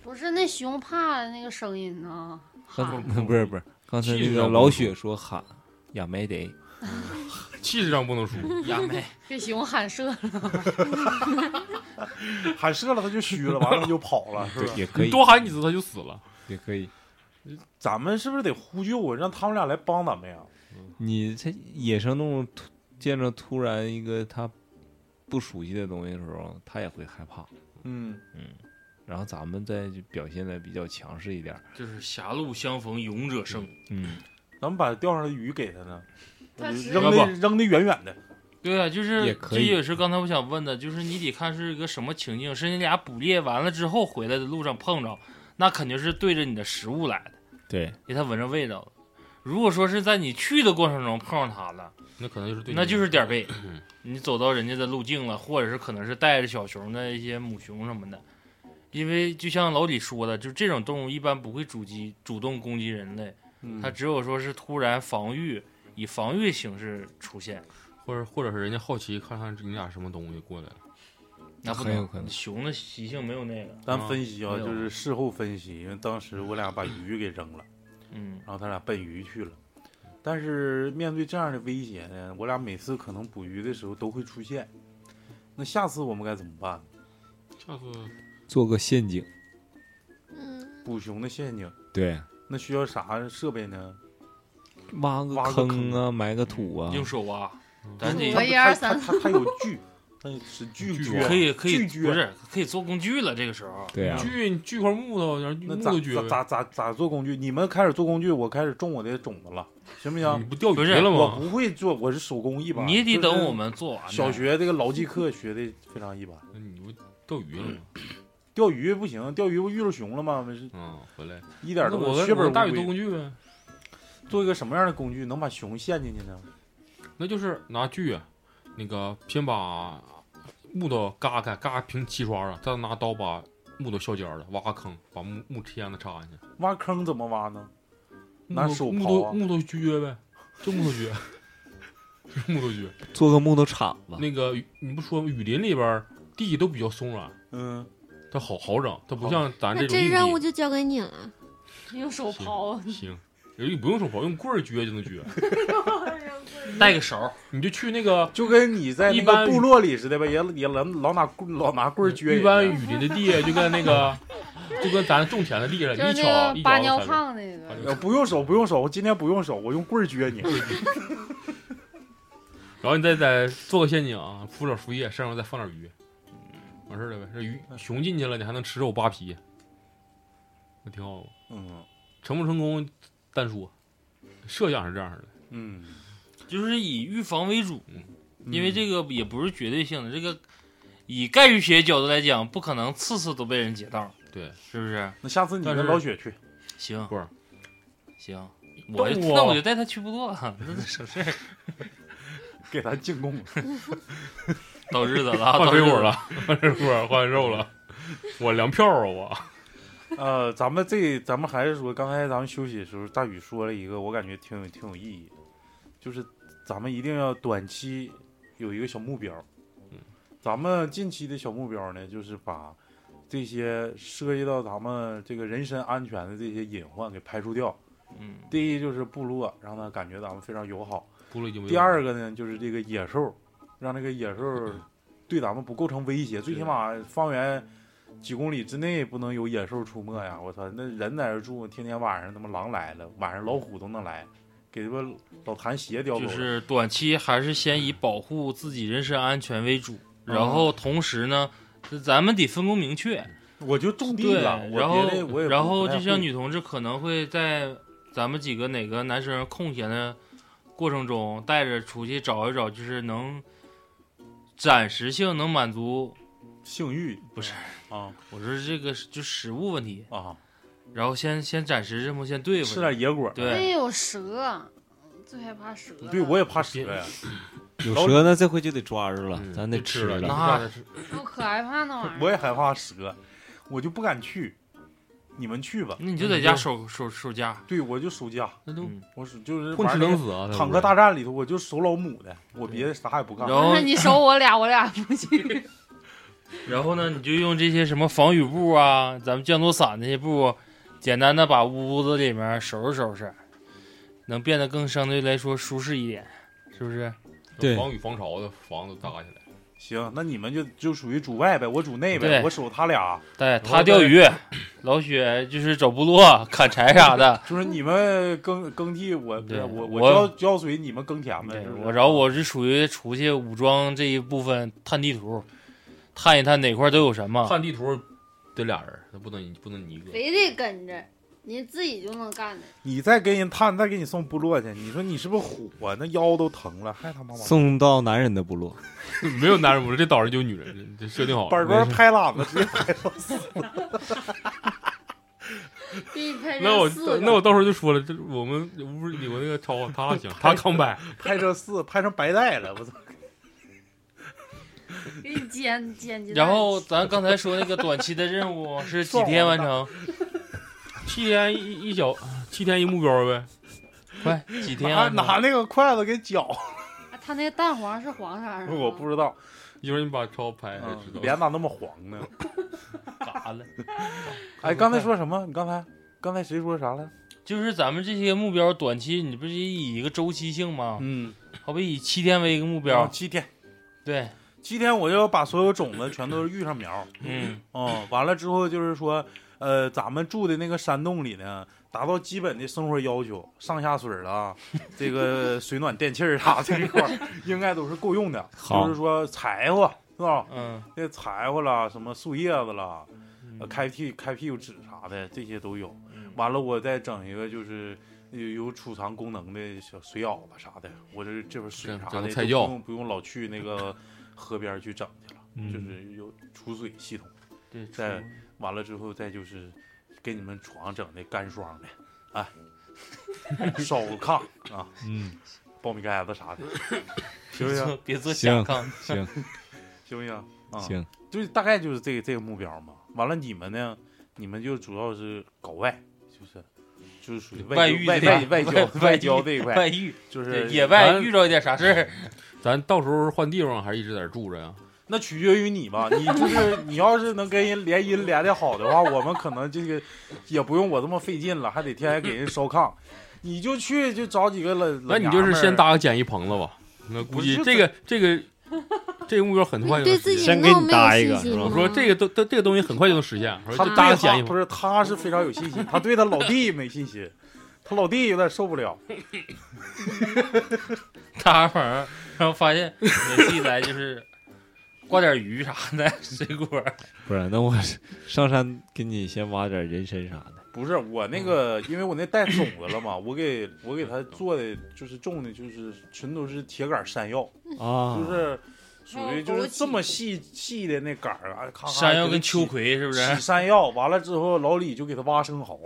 D: 不是那熊怕那个声音呢，
H: 刚
D: 喊
H: 才 不是不是刚
B: 气
H: 才那
B: 势
H: 个
B: 上
H: 老
B: 不输
H: 雪说喊亚美得，
B: 气势上不能输，
F: 呀妹，
D: 给熊喊射了。
A: 喊射了它就虚了，完了就跑了，是 吧？
H: 也可
B: 你
H: 以
B: 多喊几次他就死了。
H: 也可以。
A: 咱们是不是得呼救啊？让他们俩来帮咱们呀？
H: 你这野生动物突见着突然一个它不熟悉的东西的时候，它也会害怕。
A: 嗯，
H: 然后咱们再就表现的比较强势一点儿，
F: 就是狭路相逢勇者胜。
H: 嗯，
A: 咱们把钓上的鱼给他呢，
D: 他是
A: 扔的扔的远远的。
F: 对啊，就是
H: 也可
F: 这
H: 以
F: 也是刚才我想问的，就是你得看是一个什么情境，是你俩捕猎完了之后回来的路上碰着，那肯定是对着你的食物来的，
H: 对，
F: 给它闻着味道了。如果说是在你去的过程中碰上它了，
B: 那可能就是对你，
F: 那就是点儿背
B: 嗯。
F: 你走到人家的路径了，或者是可能是带着小熊的一些母熊什么的，因为就像老李说的，就这种动物一般不会主击主动攻击人类，
A: 嗯
F: 它只有说是突然防御，以防御形式出现。
B: 或者或者是人家好奇看看你俩什么东西过来了，
F: 那不
H: 很有可能
F: 熊的习性没有那个。
A: 咱分析啊，
F: 嗯没有
A: 就是事后分析，因为当时我俩把鱼给扔了，
F: 嗯，
A: 然后他俩奔鱼去了。但是面对这样的威胁呢，我俩每次可能捕鱼的时候都会出现。那下次我们该怎么办？
B: 下次
H: 做个陷阱，
G: 嗯，
A: 捕熊的陷阱，
H: 对，
A: 那需要啥设备呢？
H: 挖
A: 挖
H: 个
A: 个
H: 坑啊，埋个土啊，
F: 嗯用手挖，咱
A: 它
F: 得
D: 我
A: 不
D: 一
A: 它
D: 二
A: 它
D: 三
A: 它它有锯， 它是锯
H: 锯
A: 撅，
F: 可以可以
A: 锯撅
F: 不是可以做工具了，这个时候
H: 对呀、啊
B: 锯锯块木头，然后
A: 那
B: 木
A: 咋
B: 头锯呗，
A: 咋咋咋咋做工具？你们开始做工具，我开始种我的种子了，行不
B: 你
A: 行？
B: 不钓鱼
F: 不是
B: 了
A: 我
B: 吗？
A: 不会做，我是手工一把。
F: 你也
A: 就
F: 得
A: 是
F: 等我们做完呢。
A: 小学这个牢记课学的非常一般。
B: 你不钓鱼了吗？
A: 钓鱼不行，钓鱼不遇着熊了吗？不是
B: 嗯，回来。
A: 一点都
B: 那我
A: 不
B: 跟
A: 血本
B: 我
A: 无
B: 跟大宇做
A: 归。
B: 工具呗，
A: 做一个什么样的工具能把熊陷进去呢？
B: 那就是拿锯，那个先把木头嘎开，嘎平齐刷了，再拿刀把木头削尖了，挖个坑，把木木签子插进去。
A: 挖坑怎么挖呢？
B: 木
A: 拿
B: 头
A: 手
B: 木
A: 刨啊
B: 头木头撅呗，就木头撅， 就是木头撅。
H: 做个木头铲
D: 啊
H: 子，
B: 那个你不说吗雨林里边儿地都比较松软，
A: 嗯，
B: 它好好整，它不
A: 好
B: 像咱啊
G: 那
B: 这种
G: 这
B: 硬
G: 任务
B: 地
G: 就交给你了。
D: 用手
B: 行
D: 刨，
B: 行，人家不用手刨，用棍儿撅就能 撅。
F: 带个勺，
B: 你就去那个
A: 就跟你在那
B: 一
A: 个
B: 般
A: 部落里似的呗，也也老老拿棍老拿棍儿撅人
B: 一般雨林的地，就跟那 个就跟咱种田的地似
D: 就
B: 的，
D: 是
B: 一
D: 那
B: 锹
D: 个
B: 一
D: 扒
B: 锹
D: 尿
B: 就踩着
D: 炕那个
B: 哎。呦
A: 呃不用手，不用手，我今天不用手，我用棍儿撅你。
B: 然后你再再做个陷阱啊，铺点树叶，上面再放点鱼，完事儿了呗。这鱼熊进去了，你还能吃肉扒皮，那挺好的。
A: 嗯
B: 成不成功单说，设想是这样的。
A: 嗯，
F: 就是以预防为主，因为
A: 嗯
F: 这个也不是绝对性的。这个以概率学角度来讲，不可能次次都被人解到，
B: 对，
F: 是不是？
A: 那下次你
B: 但
A: 跟
B: 是
A: 老雪去，
F: 行，
B: 不是
F: 行，我就
B: 动物
F: 那我就带他去部落，那 省事儿，
A: 给咱进贡。
F: 到日子了啊，
B: 换
F: 到日
B: 水
F: 子
B: 果了，，换水果，换肉了，我粮票啊，我
A: 呃，咱们这咱们还是说，刚才咱们休息的时候，大宇说了一个，我感觉挺有挺有意义，就是咱们一定要短期有一个小目标。
B: 嗯，
A: 咱们近期的小目标呢，就是把这些涉及到咱们这个人身安全的这些隐患给排除掉。
F: 嗯，
A: 第一就是部落，让他感觉咱们非常友好；
B: 部落已经没有
A: 第二个呢，就是这个野兽，让这个野兽 对咱们不构成威胁，最起码方圆几公里之内不能有野兽出没呀！我操，那人在这住，天天晚上他妈狼来了，晚上老虎都能来，给他妈老弹鞋叼走
F: 就
A: 了。
F: 是短期还是先以保护自己人身安全为主，然后同时呢，咱们得分工明确。
A: 我就种地
F: 对，
A: 了，我
F: 然后
A: 别的我也不
F: 然后
A: 不太
F: 这些
A: 会
F: 女同志可能会在咱们几个哪个男生空闲的过程中，带着出去找一找，就是能暂时性能满足，
A: 性欲
F: 不是
A: 啊
F: 我说这个是就食物问题，
A: 啊，
F: 然后先先暂时这么先对付
A: 吃
F: 着。
A: 点野果。
D: 那
F: 对，
D: 有蛇，最害怕蛇了。
A: 对，我也怕蛇呀，
H: 有蛇呢，这回就得抓住了，
B: 嗯
H: 咱得
B: 就
H: 吃
B: 了，
H: 了。
F: 那
B: 那是
D: 我可害怕那玩意儿。
A: 我也害怕蛇，我就不敢去。你们去吧，
F: 那你就在家守守守家，
A: 对我就守家，
B: 那都
A: 我守就是
B: 混
A: 玩
B: 吃
A: 那个
B: 等死啊！
A: 坦克大战里头，我就守老母的，我别的啥也不干。
F: 然后
D: 那你收我俩，我俩不去。
F: 然后呢，你就用这些什么防雨布啊，咱们降落伞那些布，简单的把屋子里面收拾收拾，能变得更相对来说舒适一点，是不是？
H: 对
B: 防雨防潮的房子搭起来，
A: 行，那你们就就属于主外呗，我主内呗，
F: 对
A: 我守他俩，。
F: 对
B: 后
F: 他钓
B: 再
F: 鱼，老雪就是找部落砍柴啥的
A: 就是你们 耕耕地，我不是
F: 对
A: 我
F: 我
A: 浇浇水，你们耕田呗
F: 对，
A: 是不是
F: 我然后我是属于出去武装这一部分探地图，探一探哪块都有什
A: 啊
F: 么。
B: 看地图得俩人，那不能不能你一个。
D: 非得跟着，你自己就能干的。
A: 你再给人探，再给你送部落去，你说你是不是虎啊？那腰都疼了，还他妈往
H: 送到男人的部落，
B: 没有男人，我说这岛上就有女人，这设定好了。
A: 板砖拍喇子，直接拍到死。
D: 给你拍
B: 那我
D: 成四个。
B: 那我到时候就说了，这我们屋里有那个超他行，他康 拜，
A: 拍成四，拍成白带了，我操！
D: 给你煎煎鸡蛋。
F: 然后咱刚才说那个短期的任 务是几天完成？
B: 七天一一小，七天一目标呗。
F: 快几 天
A: 拿
F: 完成？
A: 拿那个筷子给搅，
D: 啊他那个蛋黄是黄色儿的吗。
A: 我不知道，
B: 一会儿你把超拍
A: 嗯
B: 哎知道。
A: 脸咋那么黄 呢？
F: 嘎了。
A: 哎，刚才说什么？你刚才刚才谁说啥了？
F: 就是咱们这些目标，短期你不是以一个周期性吗？
A: 嗯，
F: 好比以七天为一个目标
A: 标，嗯七天，
F: 对，
A: 七天我就要把所有种子全都育上苗。
F: 嗯，
A: 哦，完了之后就是说，呃，咱们住的那个山洞里呢，达到基本的生活要求，上下水了啊，这个水暖电器儿啊这一块儿 应该都是够用的。
H: 好
A: 就是说柴火是吧？
F: 嗯，
A: 那柴火啦，什么树叶子啦，呃开屁开屁股纸啥的，这些都有。完了，我再整一个就是有有储藏功能的小水舀子啥的，我这这边水
B: 整
A: 啥
B: 整
A: 的
B: 个
A: 就
B: 菜
A: 不
B: 窖
A: 用不用老去那个河边儿去整去了，
H: 嗯
A: 就是有储水系统。
F: 对，
A: 在完了之后再就是给你们床整的干爽的，哎，烧个炕啊，
E: 嗯，
A: 苞米盖子啥的，行
F: 别
A: 不
F: 做
A: 行？
F: 别做
H: 行
F: 想炕，
H: 行
A: 行不行？啊，
H: 行，
A: 就是大概就是这个这个目标嘛。完了你们呢？你们就主要是搞外，就是就是属于
F: 外
A: 遇
F: 遇
A: 外
F: 这块
A: 外外
F: 外
A: 交 外交
F: 外遇
A: 这一块，
F: 外遇，
A: 就
F: 对
A: 是
F: 野外
B: 咱
F: 遇着一点啥事儿，
B: 咱到时候换地方还是一直在这住着呀？
A: 那取决于你吧，你就是你要是能跟人联姻连的好的话，我们可能这个也不用我这么费劲了，还得天天给人烧炕，你就去就找几个老
B: 那
A: 老
B: 你就是先
A: 搭
B: 搭个简易棚子吧。那估计
A: 不是
B: 这个这个这个目标很快
G: 你
B: 就能
G: 对
B: 实
G: 自己
B: 现。
H: 先给
G: 那
H: 你
G: 么
H: 搭一
G: 有
H: 个
G: 信
H: 是
G: 心
H: 吧
G: 吗？
B: 我说这个都都这个东西很快就能实现，我说
A: 他
B: 就搭
A: 对
B: 个
A: 他
B: 简易
A: 不
B: 棚。
A: 是他是非常有信心，他对他老弟没信心，他老弟有点受不了。
F: 搭棚，然后发现我记来就是挂点鱼啥的，水果儿，
H: 不是，那我 上山给你先挖点人参啥的，
A: 不是我那个，
F: 嗯
A: 因为我那带种子了 嘛，我给我给他做的就是种的，就是全都是铁杆山药，
H: 啊，
A: 就是属于就
D: 还有
A: 是
D: 枸杞
A: 这么细细的那杆儿啊，咔咔
F: 山药
A: 给
F: 跟
A: 它
F: 秋
A: 起
F: 葵啊是不是？
A: 洗山药，完了之后老李就给他挖生蚝，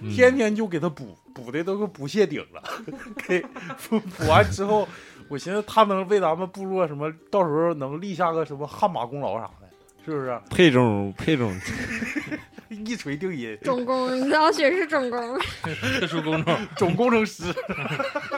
F: 嗯
A: 天天就给他补，补的都给补谢顶了。 给补补完之后，我寻思他能为咱们部落什么，到时候能立下个什么汗马功劳啥的，是不是？
H: 配种配种，
A: 一锤定音，
G: 总工，你老雪是总工，
F: 特殊工种，
A: 总工程师。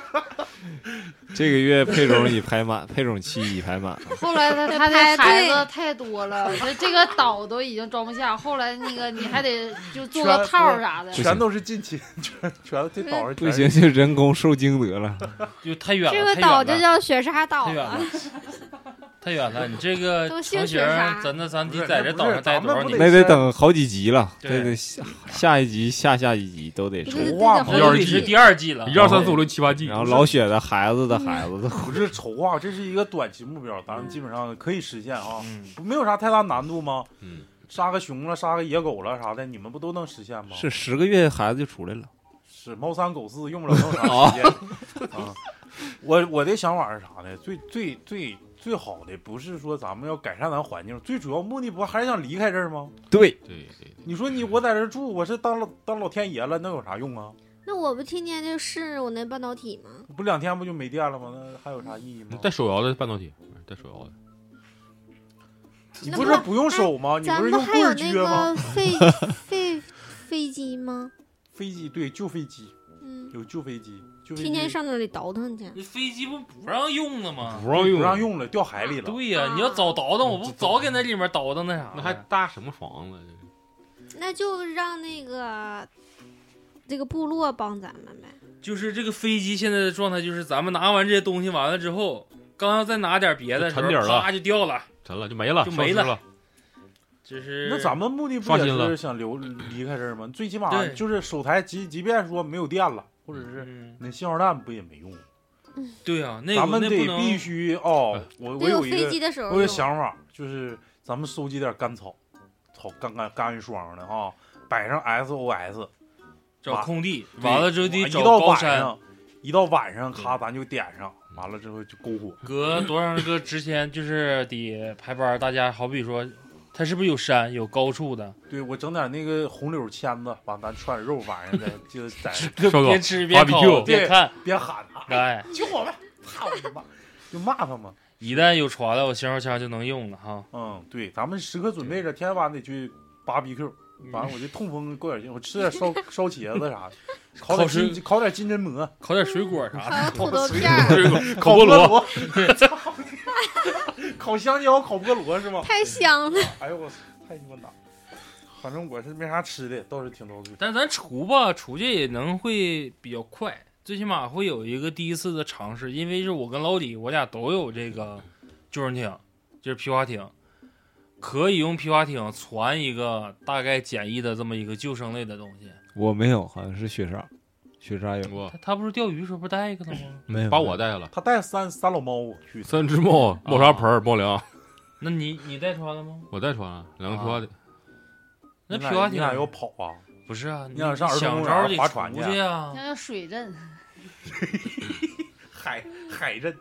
H: 这个月配种已排满， 配种期已排满了，
D: 后来他他的
G: 排
D: 孩
G: 队
D: 子太多了，这这个岛都已经装不下。后来那个你还得就
A: 全
D: 做个套儿啥的，
H: 不
A: 全都是近亲， 全全这岛上
H: 不
A: 全
H: 行
A: 是，
H: 就人工受精得了。
F: 就太远了，
G: 这个
F: 太
G: 岛
F: 远
G: 就
F: 了
G: 叫雪啥岛
F: 太远了
G: 了。，
F: 太远了。你这个
G: 都姓
F: 成型
G: 雪啥
F: 儿，咱那咱
A: 不是
F: 得在这岛上待
A: 不
F: 多少
A: 是咱们不
F: 年？
H: 那得等好几集了，
F: 对
H: 得得下下一集、下下一集都得出。
G: 对
A: 筹划
G: 对
A: 嘛
G: 对
F: 这
G: 好
F: 得
G: 几
F: 是
G: 集
F: 第二季了，
B: 一二三四五六七八 G，
H: 然后老雪的孩子的孩子的，
A: 不是筹划，这是一个短期目标，咱们基本上可以实现啊，
F: 嗯，
A: 不没有啥太大难度吗？
B: 嗯，
A: 杀个熊了，杀个野狗了啥的，你们不都能实现吗？
H: 是十个月孩子就出来了。
A: 是猫三狗四，用不了那么长时
H: 哦
A: 间 啊。我我的想法是啥呢？最最最最好的不是说咱们要改善咱环境，最主要目的不还是想离开这儿吗？
H: 对，
B: 对对对，
A: 你说你我在这儿住，我是当老当老天爷了，那有啥用啊？
G: 那我不天天就试我那半导体吗？
A: 不两天不就没电了吗？那还有啥意义吗？
B: 带手摇的半导体，带手摇的。
A: 你
G: 那
A: 不
G: 不
A: 是不用手吗？你
G: 咱
A: 不是
G: 们
A: 用
G: 还
A: 棍
G: 有
A: 儿
G: 那
A: 撅吗？
G: 个飞飞飞机吗？
A: 飞机对，旧飞机
G: 嗯，
A: 有旧飞机，旧飞机
G: 天天上那里倒腾去。
F: 那飞机不不让用了吗？
B: 不让用，
A: 不让，用了，掉海里了。
F: 对呀，你要早倒腾，我不早给那里面倒腾嗯那啥？
B: 那还搭什么房子？
G: 那就让那个这个部落帮咱们呗。
F: 就是这个飞机现在的状态，就是咱们拿完这些东西完了之后，刚要再拿点别的时候
B: 就沉底，儿了
F: 啪就掉了。
B: 沉了就没了，
F: 就没
B: 消
F: 了
B: 失了。
F: 就是
A: 那咱们目的不
B: 刷
A: 也
B: 新了
A: 是想留离开这儿吗？最起码
F: 对
A: 就是手台即，即便说没有电了，或者是
F: 嗯，
A: 那信号弹不也没用？
F: 对呀，那
A: 咱们
F: 那
A: 得
F: 不能
A: 必须哦
B: 哎。
A: 我我
G: 得有
A: 有一
G: 飞
A: 个
G: 机的时
A: 我
G: 候
A: 有个
G: 用，
A: 想法，就是咱们收集点干草，草干干干干霜的哈，摆上 SOS，
F: 找空地，
A: 对
F: 完了之后
A: 一
F: 得找
A: 到
F: 高
A: 晚
F: 山，
A: 上，一到晚上咔咱就点上，完了之后就篝火。
F: 隔多长个之前就是得排班儿，大家好比说，它是不是有山有高处的？
A: 对我整点那个红柳签子，完咱串点肉，晚上再就在
B: 烧烤
F: 边吃边烤
B: Barbecue
F: 边看，
A: 别喊啊，
F: 哎，
A: 救我们，操你妈，就骂他们。
F: 一旦有船了，我信号枪就能用了哈。
A: 嗯，对，咱们时刻准备着，天天晚上得去 BBQ。完了我就痛风过点劲，我吃点 烧烧茄子啥的，烤点
F: 烤水
A: 金烤点金针蘑，
F: 烤点水果啥
G: 还有
F: 的，
G: 土豆片儿，
A: 烤
B: 菠
A: 萝
B: 萝，
A: 烤香蕉，烤菠萝是吗？
G: 太香了。
A: 哎呦我操，太鸡巴难。反正我是没啥吃的，倒是挺遭罪。
F: 但咱除吧，出去也能会比较快，最起码会有一个第一次的尝试，因为是我跟老李，我俩都有这个救生艇，就是皮划艇，可以用皮划艇船一个大概简易的这么一个救生类的东西。
H: 我没有，好像是雪莎，雪莎有
B: 我
F: 他他不是钓鱼时候不带一个的吗？
H: 没有？
B: 把我带了，
A: 他带三三老猫，我去，
B: 三只帽、帽
F: 啊
B: 纱盆、帽梁，
F: 那你你带穿了吗？
B: 我带穿了，两个皮划艇。
F: 那
A: 你俩
F: 皮划艇
A: 你俩要跑啊？
F: 不是啊？
A: 你想上儿童
F: 想
A: 公
F: 招
A: 园
F: 儿得
A: 划船去
F: 出去啊？
D: 那叫水阵，
A: 海海阵，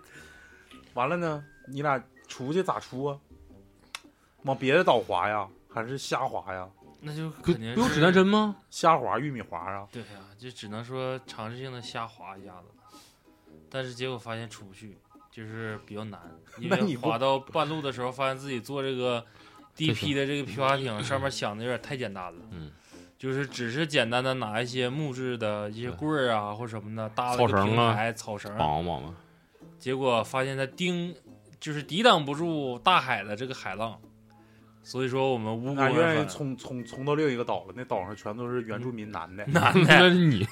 A: 完了呢，你俩出去咋出啊？往别的岛滑呀，还是瞎滑呀？
F: 那就
B: 不
F: 肯定
B: 不用
F: 是
B: 指南针吗？
A: 瞎滑玉米滑啊？
F: 对呀、就只能说尝试性的瞎划一下子，但是结果发现出不去，就是比较 难，因
A: 那你
F: 为
A: 不
F: 划到半路的时候，发现自己坐 这个
B: 这
F: DP
B: 是
F: 的这个皮划艇 上面想的有点太简单了，
B: 嗯，
F: 就是只是简单的拿一些木质的一些棍儿啊或什么的搭了
B: 草
F: 个
B: 绳
F: 平
B: 啊
F: 台、草绳，
B: 绑吧绑吧。
F: 结果发现它盯就是抵挡不住大海的这个海浪，所以说我们无
A: 你
F: 功
A: 俩
F: 而
A: 愿意
F: 返。
A: 冲冲冲到另一个岛了，那岛上全都是原住民男的，
F: 男
B: 那
F: 的，
B: 是你，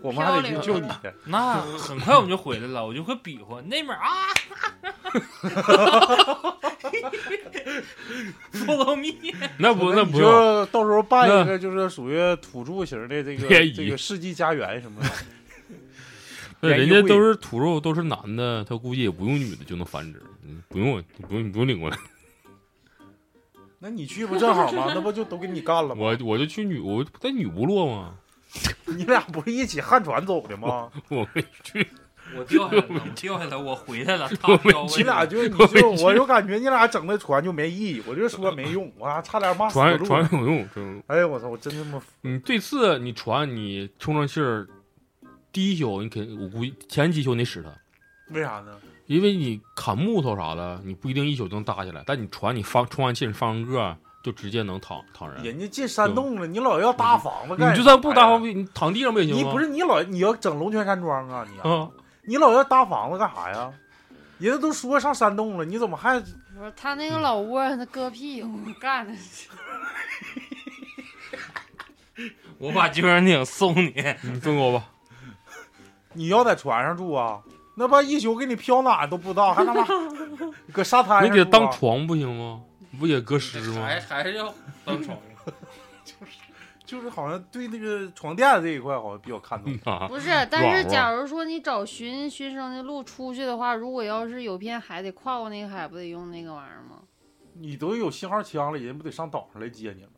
A: 我们还得去
D: 漂流
A: 救你
D: 了
A: 去。
F: 那很快我们就回来了，我就会比划那边啊 ，follow me，
B: 那不那
A: 你
B: 不
A: 就
B: 用，
A: 到时候办
B: 那
A: 一个，就是属于土著型的这个
B: 联谊
A: 这个世纪家园什么的。
B: 那
A: 联谊
B: 人家
A: 会
B: 都是土肉，都是男的，他估计也不用女的就能繁殖，嗯不用不用不用领过来，
A: 那你去不正好吗？那不就都给你干了吗？
B: 我我就去女，我在女部落嘛，
A: 你俩不是一起旱船走的吗？
B: 我没去，
F: 我掉下来了，我掉下来了，我回 来了，
B: 我
F: 他
B: 没
F: 飘
A: 你
F: 回来
A: 俩
F: 了，
A: 就你
B: 我没
A: 就
B: 去
A: 我就感觉你俩整的船就没意义，我就说没用，我还差点骂死
B: 船
A: 路。
B: 船有用，真有用。
A: 哎呀，我操！我真他妈服
B: 你嗯这次你船你充上气儿，第一宿你肯我估计前几宿你得使它，
A: 为啥呢？
B: 因为你砍木头啥的，你不一定一宿就能搭起来，但你船你放充完气儿你放上个儿就直接能躺躺人。
A: 人家进山洞了，你老要搭房子干啥呀？
B: 嗯你就算不搭方便，你躺地上不也行啊吗？
A: 你不是你老你要整龙泉山庄啊？你啊
B: 啊，
A: 你老要搭房子干啥呀？人家都说上山洞了，你怎么还
D: 不是他那个老窝儿，他搁屁股干的，
F: 我把救生艇送你，
B: 你送我吧。
A: 你要在船上住啊？那不一宿给你飘哪都不知道，还 他妈搁沙滩
B: 你
A: 上
B: 给它
A: 住啊
B: 当床不行吗？不也搁尸吗？
F: 还还是要当床。
A: 就是好像对那个床垫这一块好像比较看重。
B: 啊，
D: 不是。但
B: 软
D: 是
B: 乎
D: 假如说你找寻寻生的路出去的话，如果要是有片海得跨过那个海，不得用那个玩意儿吗？
A: 你都有信号枪了，人家不得上岛上来接你了？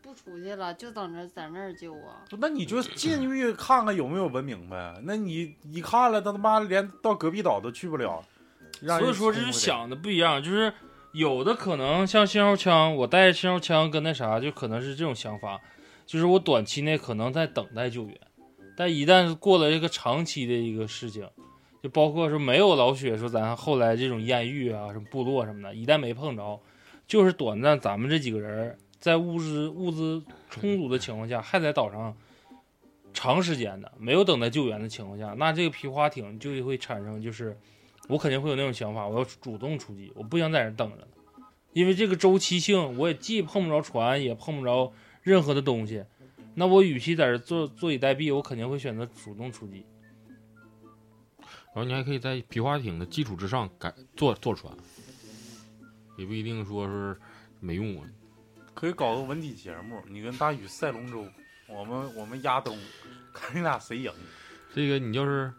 D: 不出去了，就等着在那儿救啊！
A: 那你
B: 嗯
A: 就进去看看有没有文明 呗。那你一看了，他他妈连到隔壁岛都去不了。让
F: 所以
A: 人
F: 说这就
A: 冲过去
F: 想的不一样，就是有的可能像信号枪，我带信号枪跟那啥，就可能是这种想法，就是我短期内可能在等待救援，但一旦过了这个长期的一个事情，就包括说没有老雪说咱后来这种艳遇啊、什么部落什么的，一旦没碰着，就是短暂咱们这几个人在物资物资充足的情况下，还在岛上。长时间的没有等待救援的情况下，那这个皮划艇就会产生就是我肯定会有那种想法，我要主动出击，我不想在这儿等着了，因为这个周期性，我也既碰不着船，也碰不着任何的东西，那我与其在这儿坐坐以待毙，我肯定会选择主动出击。
B: 然后你还可以在皮划艇的基础之上改坐坐船，也不一定说是没用啊。
A: 可以搞个文体节目，你跟大宇赛龙舟，我们我们压东，看你俩谁赢。
B: 这个你要是，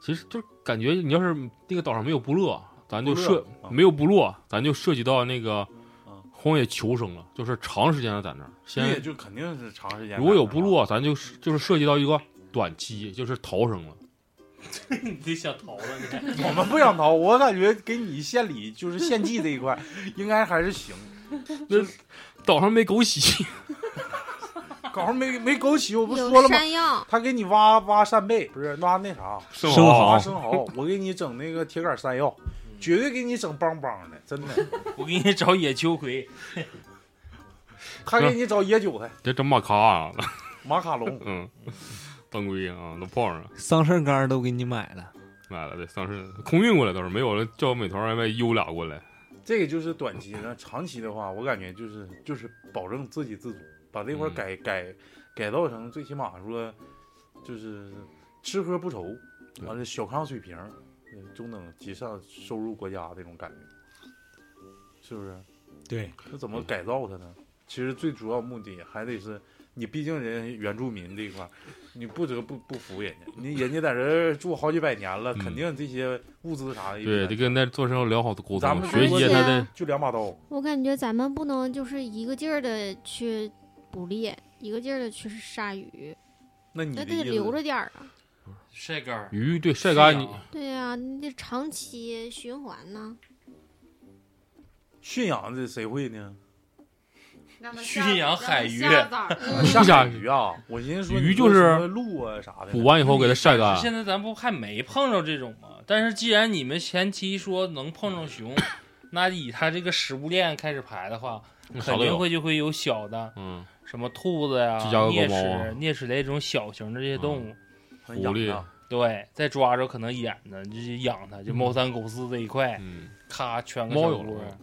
B: 其实就是感觉你要是那个岛上没有部落，咱就涉
A: 部落啊
B: 没有部落，咱就涉及到那个
A: 啊
B: 荒野求生了，就是长时间的在那儿。
A: 对，
B: 先
A: 就肯定是长时间。
B: 如果有
A: 啊
B: 部，落，咱就是就是涉及到一个短期，就是逃生了。
F: 你这想逃了你？
A: 我们不想逃，我感觉给你献礼就是献祭这一块，应该还是行。
B: 岛上没枸 杞，
A: 搞上没没枸杞，我不说
G: 有
A: 了吗？
G: 山药，
A: 他给你挖挖扇贝，不是挖那啥啊
B: 生
H: 生
B: 蚝
H: 蚝
A: 挖生蚝，我给你整那个铁杆山药，绝对给你整邦邦的， 真的。
F: 我给你找野秋 葵，
A: 他给你找野韭菜、
B: 这真马卡啊，
A: 马卡龙，
B: 嗯，当归啊都泡上了。
H: 桑葚干儿都给你买了，
B: 买了，对，当时空运过来倒是没有了，叫美团外卖邮俩过来。
A: 这个就是短期的。长期的话，我感觉就是就是保证自给自足，把这块
B: 嗯
A: 改、改改造成最起码说就是吃喝不愁，
B: 对
A: 完了小康水平，嗯中等及上收入国家这种感觉，是不是？
H: 对，
A: 那怎么改造它呢？其实最主要目的还得是你毕竟人原住民这一块儿，你不得不不服人家，你人家在这儿住好几百年了，
B: 嗯
A: 肯定这些物资啥的也比
B: 对，
A: 咱
B: 得跟那做上良好的沟
A: 咱们
B: 通，学
G: 中
B: 习
G: 国
B: 他
G: 的
B: 的
A: 就两把刀，
G: 我感觉咱们不能就是一个劲儿的去捕猎，一个劲儿的去杀鱼，
A: 那你
G: 那
A: 的
G: 得
A: 意思
G: 留着点儿啊。
F: 晒干儿，
B: 鱼对晒
A: 啊
B: 干你
F: 驯，养
G: 对呀、你得长期循环 呢。
A: 驯养这谁会 呢？
C: 让它
F: 驯养海鱼
C: 让它下崽儿
A: 下
B: 下
A: 鱼啊！我寻思说
B: 鱼
A: 你
B: 就是
A: 什么鹿啊啥的，
B: 补完以后给它晒干。啊
F: 现在咱不还没碰着这种吗？但是既然你们前期说能碰着熊， 那以它这个食物链开始排的话，
B: 嗯啥
F: 肯
B: 都
F: 定
B: 有。
F: 会就会有小的，
B: 嗯，
F: 什么兔子呀、
B: 芝加哥
F: 啮
B: 狗猫啊
F: 齿、啮齿类这种小型的这些
B: 嗯
F: 动物，
A: 很啊
B: 狐
A: 养
B: 狸
A: 的
F: 对，再抓着可能演的就是养它，就猫三狗四这一块，
B: 嗯，
F: 咔圈个
B: 猫
F: 小
B: 有
F: 窝
B: 了，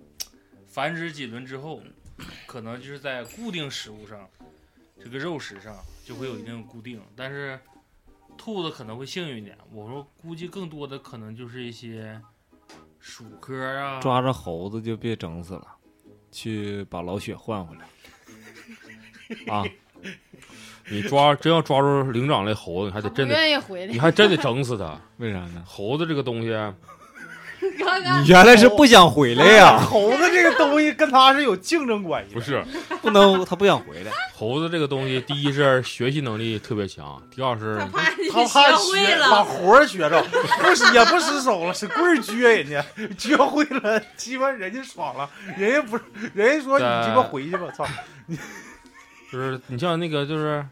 F: 繁殖几轮之后，可能就是在固定食物上，这个肉食上就会有一定的固定，但是兔子可能会幸运一点。我说估计更多的可能就是一些鼠科啊，
H: 抓着猴子就别整死了，去把老雪换 回来。啊，
B: 你抓真要抓住灵长类猴子，你还得
D: 不
B: 真得，
D: 愿意回来
B: 你。还真得整死它。
H: 为啥呢？
B: 猴子这个东西，啊
D: 刚刚
H: 原来是不想回来呀、
A: 哎 猴子这个东西跟它是有竞争关系的，
B: 不是
H: 不能，他不想回来。
B: 猴子这个东西，第一是学习能力特别强，第二是
C: 它怕你
A: 他怕
C: 学会
A: 学把
C: 了，
A: 活儿学着，不是也不失手了，使棍儿撅人家，撅会了，鸡巴人家爽了，人家不是，人家说你鸡巴回去吧，操！
B: 就是你像那个就是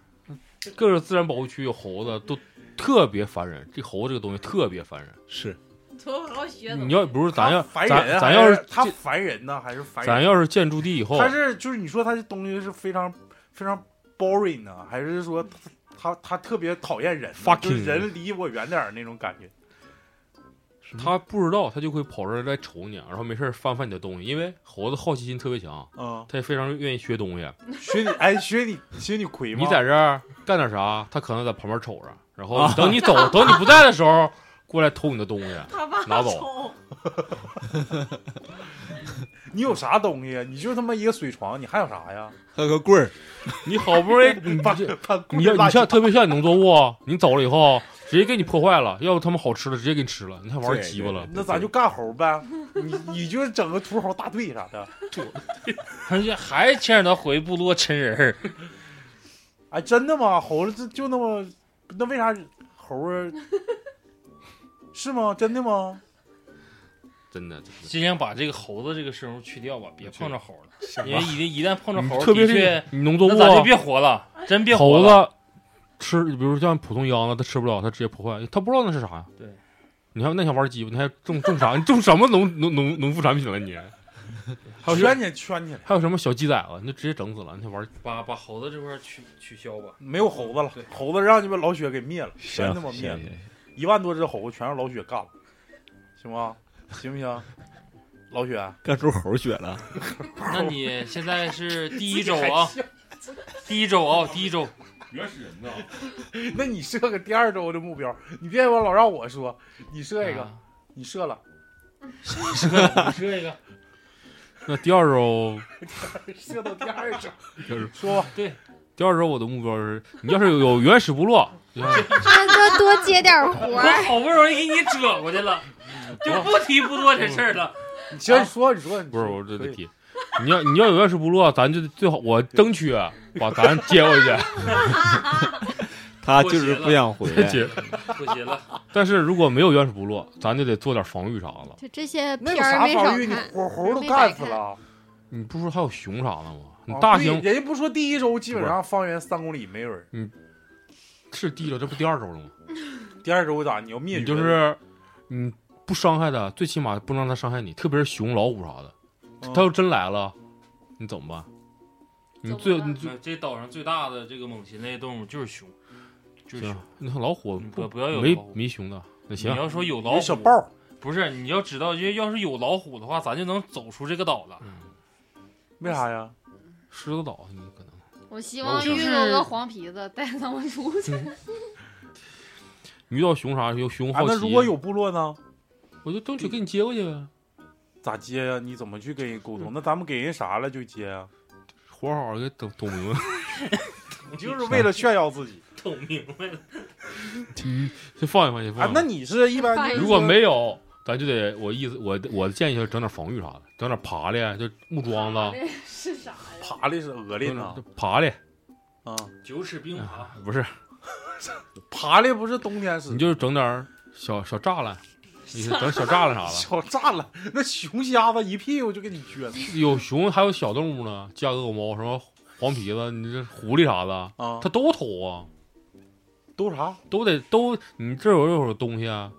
B: 各个自然保护区有猴子都特别烦人，这猴子这个东西特别烦人。
H: 是，
C: 从我学走
B: 你要不是咱要
A: 他烦人
B: 咱
A: 啊，
B: 咱要
A: 还
B: 是
A: 是他烦人呢，还是烦
B: 咱
A: 人？
B: 要是建筑地以后，
A: 他是就是你说他这东西是非常非常 boring 呢，还是说他他他特别讨厌人呢，
B: Fucking
A: 就是人离我远点儿那种感觉？
B: 他不知道，他就会跑这儿来瞅你，啊然后没事儿翻翻你的东西，因为猴子好奇心特别强，
A: 嗯，
B: 他也非常愿意学东西。啊
A: 学你哎，学你 学你魁吗？
B: 你在这儿干点啥，他可能在旁边瞅着，然后等你走，等你不在的时候过来偷你的东西。
C: 它怕
B: 拿走
C: 虫
A: 你有啥东西啊？你就他妈一个水床，你还有啥呀？
H: 喝个棍儿，
B: 你好不容易你
A: 把
B: 这
A: 把棍
B: 你
A: 儿
B: 要
A: 拉
B: 你像特别像你农 作物，你走了以后直接给你破坏了，要不他们好吃的直接给你吃了，你还玩
H: 对
B: 鸡巴了。
A: 那咱就干猴呗，你你就整个土猴大队啥的。
F: 而且还牵扯到回部落抻人儿，
A: 哎，真的吗？猴子就就那么，那为啥猴儿是吗？真的吗？
B: 真的，真的
F: 尽量把这个猴子这个生物去掉吧，别
B: 去
F: 碰着猴了，因为一旦一旦碰着猴
B: 你
F: 儿，
B: 特别是
F: 的确，
B: 你农作
F: 那咱就
B: 物
F: 别活了，真别活
B: 猴
F: 了。
B: 子吃，比如像普通秧子，它吃不了，它直接破坏，它不知道那是啥呀。
F: 对，
B: 你还那想玩鸡巴，你还种种啥？你种什么农农农农副产品了 你？还有
A: 圈起来，圈起来，
B: 还有什么小鸡崽子，你就直接整死了，你还玩
F: 把把猴子这块儿取取消吧。
A: 没有猴子了，猴子让你们老雪给灭了，全他妈灭了，
H: 行
A: 一万多只猴子全让老雪干了，行吗？行不行？老雪，
H: 干出猴血了。
F: 那你现在 是第一周啊，第一周啊，第一周，
B: 原始人呢？
A: 那你设个第二周的目标，你别老让我说，你设一个，
F: 啊
A: 你设了，
F: 是个是 这个，
B: 那第二周，
A: 设到第二 周，
B: 就是
A: 说吧
B: 第二周我的目标是，你要是有有原始部落，
G: 那就多接点儿活
F: 我
G: 儿。
F: 好不容易给你折过去了，就不提不多这事儿了。
A: 你行，你说，你说，你
B: 不是
A: 说
B: 我这
A: 可
B: 得
A: 以
B: 提，你要你要有原始部落，咱就最好我争取把咱接回去，
H: 他就是不想回 来。
B: 接。
F: 嗯不行了，
B: 但是如果没有原始部落，咱就得做点防御啥的。
G: 就这些
A: 那
G: 片
A: 有
G: 儿
A: 啥
G: 没少
A: 防御？你
G: 看，
A: 猴猴都
G: 没
A: 干
G: 白
A: 死
G: 看
A: 了。
B: 你不是说还有熊啥的吗？你
A: 啊
B: 嗯大
A: 对
B: 型
A: 人家不说第一周基本上方圆三公里没有人，
B: 是低了，这不第二周了吗？
A: 第二周咋你要灭
B: 你
A: 绝？
B: 就是你不伤害它，最起码不能让它伤害你，特别是熊、老虎啥的，
A: 嗯
B: 它要真来了，你怎么办？你最
D: 怎么
B: 你
D: 办
B: 最
F: 这岛上最大的这个猛禽类动物就是熊，就是
B: 行
F: 熊。，
B: 你看老虎
F: 你不不要有
B: 没
F: 老虎
B: 没熊的，那
F: 你
B: 行，
F: 要说有老
A: 有
F: 虎，
A: 小豹儿，
F: 不是你要知道，就要是有老虎的话，咱就能走出这个岛了。
A: 嗯为啥呀？
B: 狮子岛你可能。
D: 我希望
B: 就是
D: 遇到个黄皮子带他们出去。
B: 你遇到熊啥有熊
A: 啊，
B: 好奇，
A: 那如果有部落呢？
B: 我就争取给你接过去呗，
A: 咋接呀？你怎么去跟人沟通？那咱们给人啥了就接呀？
B: 活好好给整整明白。
A: 你就是为了炫耀自己
F: 整明白了。
B: 嗯，先放一放，先放一
A: 啊
B: 放。？
A: 那你是一般就是
B: 如果没有，咱就得我意思，我我的建议就是整点防御啥的，整点爬的，就木桩子，
C: 这是啥呀？
A: 爬的是鹅
B: 整
A: 的呢
B: 点爬的，
A: 啊，
F: 九齿冰华，
B: 不是，
A: 爬的不是冬天吃
B: 你，就是整点小小栅栏，你是整小栅栏啥的。
A: 小栅栏，那熊瞎子一屁股就给你撅了
B: 有熊，还有小动物呢，加鹅毛，什么黄皮子，你这狐狸啥的，
A: 啊
B: 它，都偷啊，
A: 都啥？
B: 都得都，你这有有东西啊，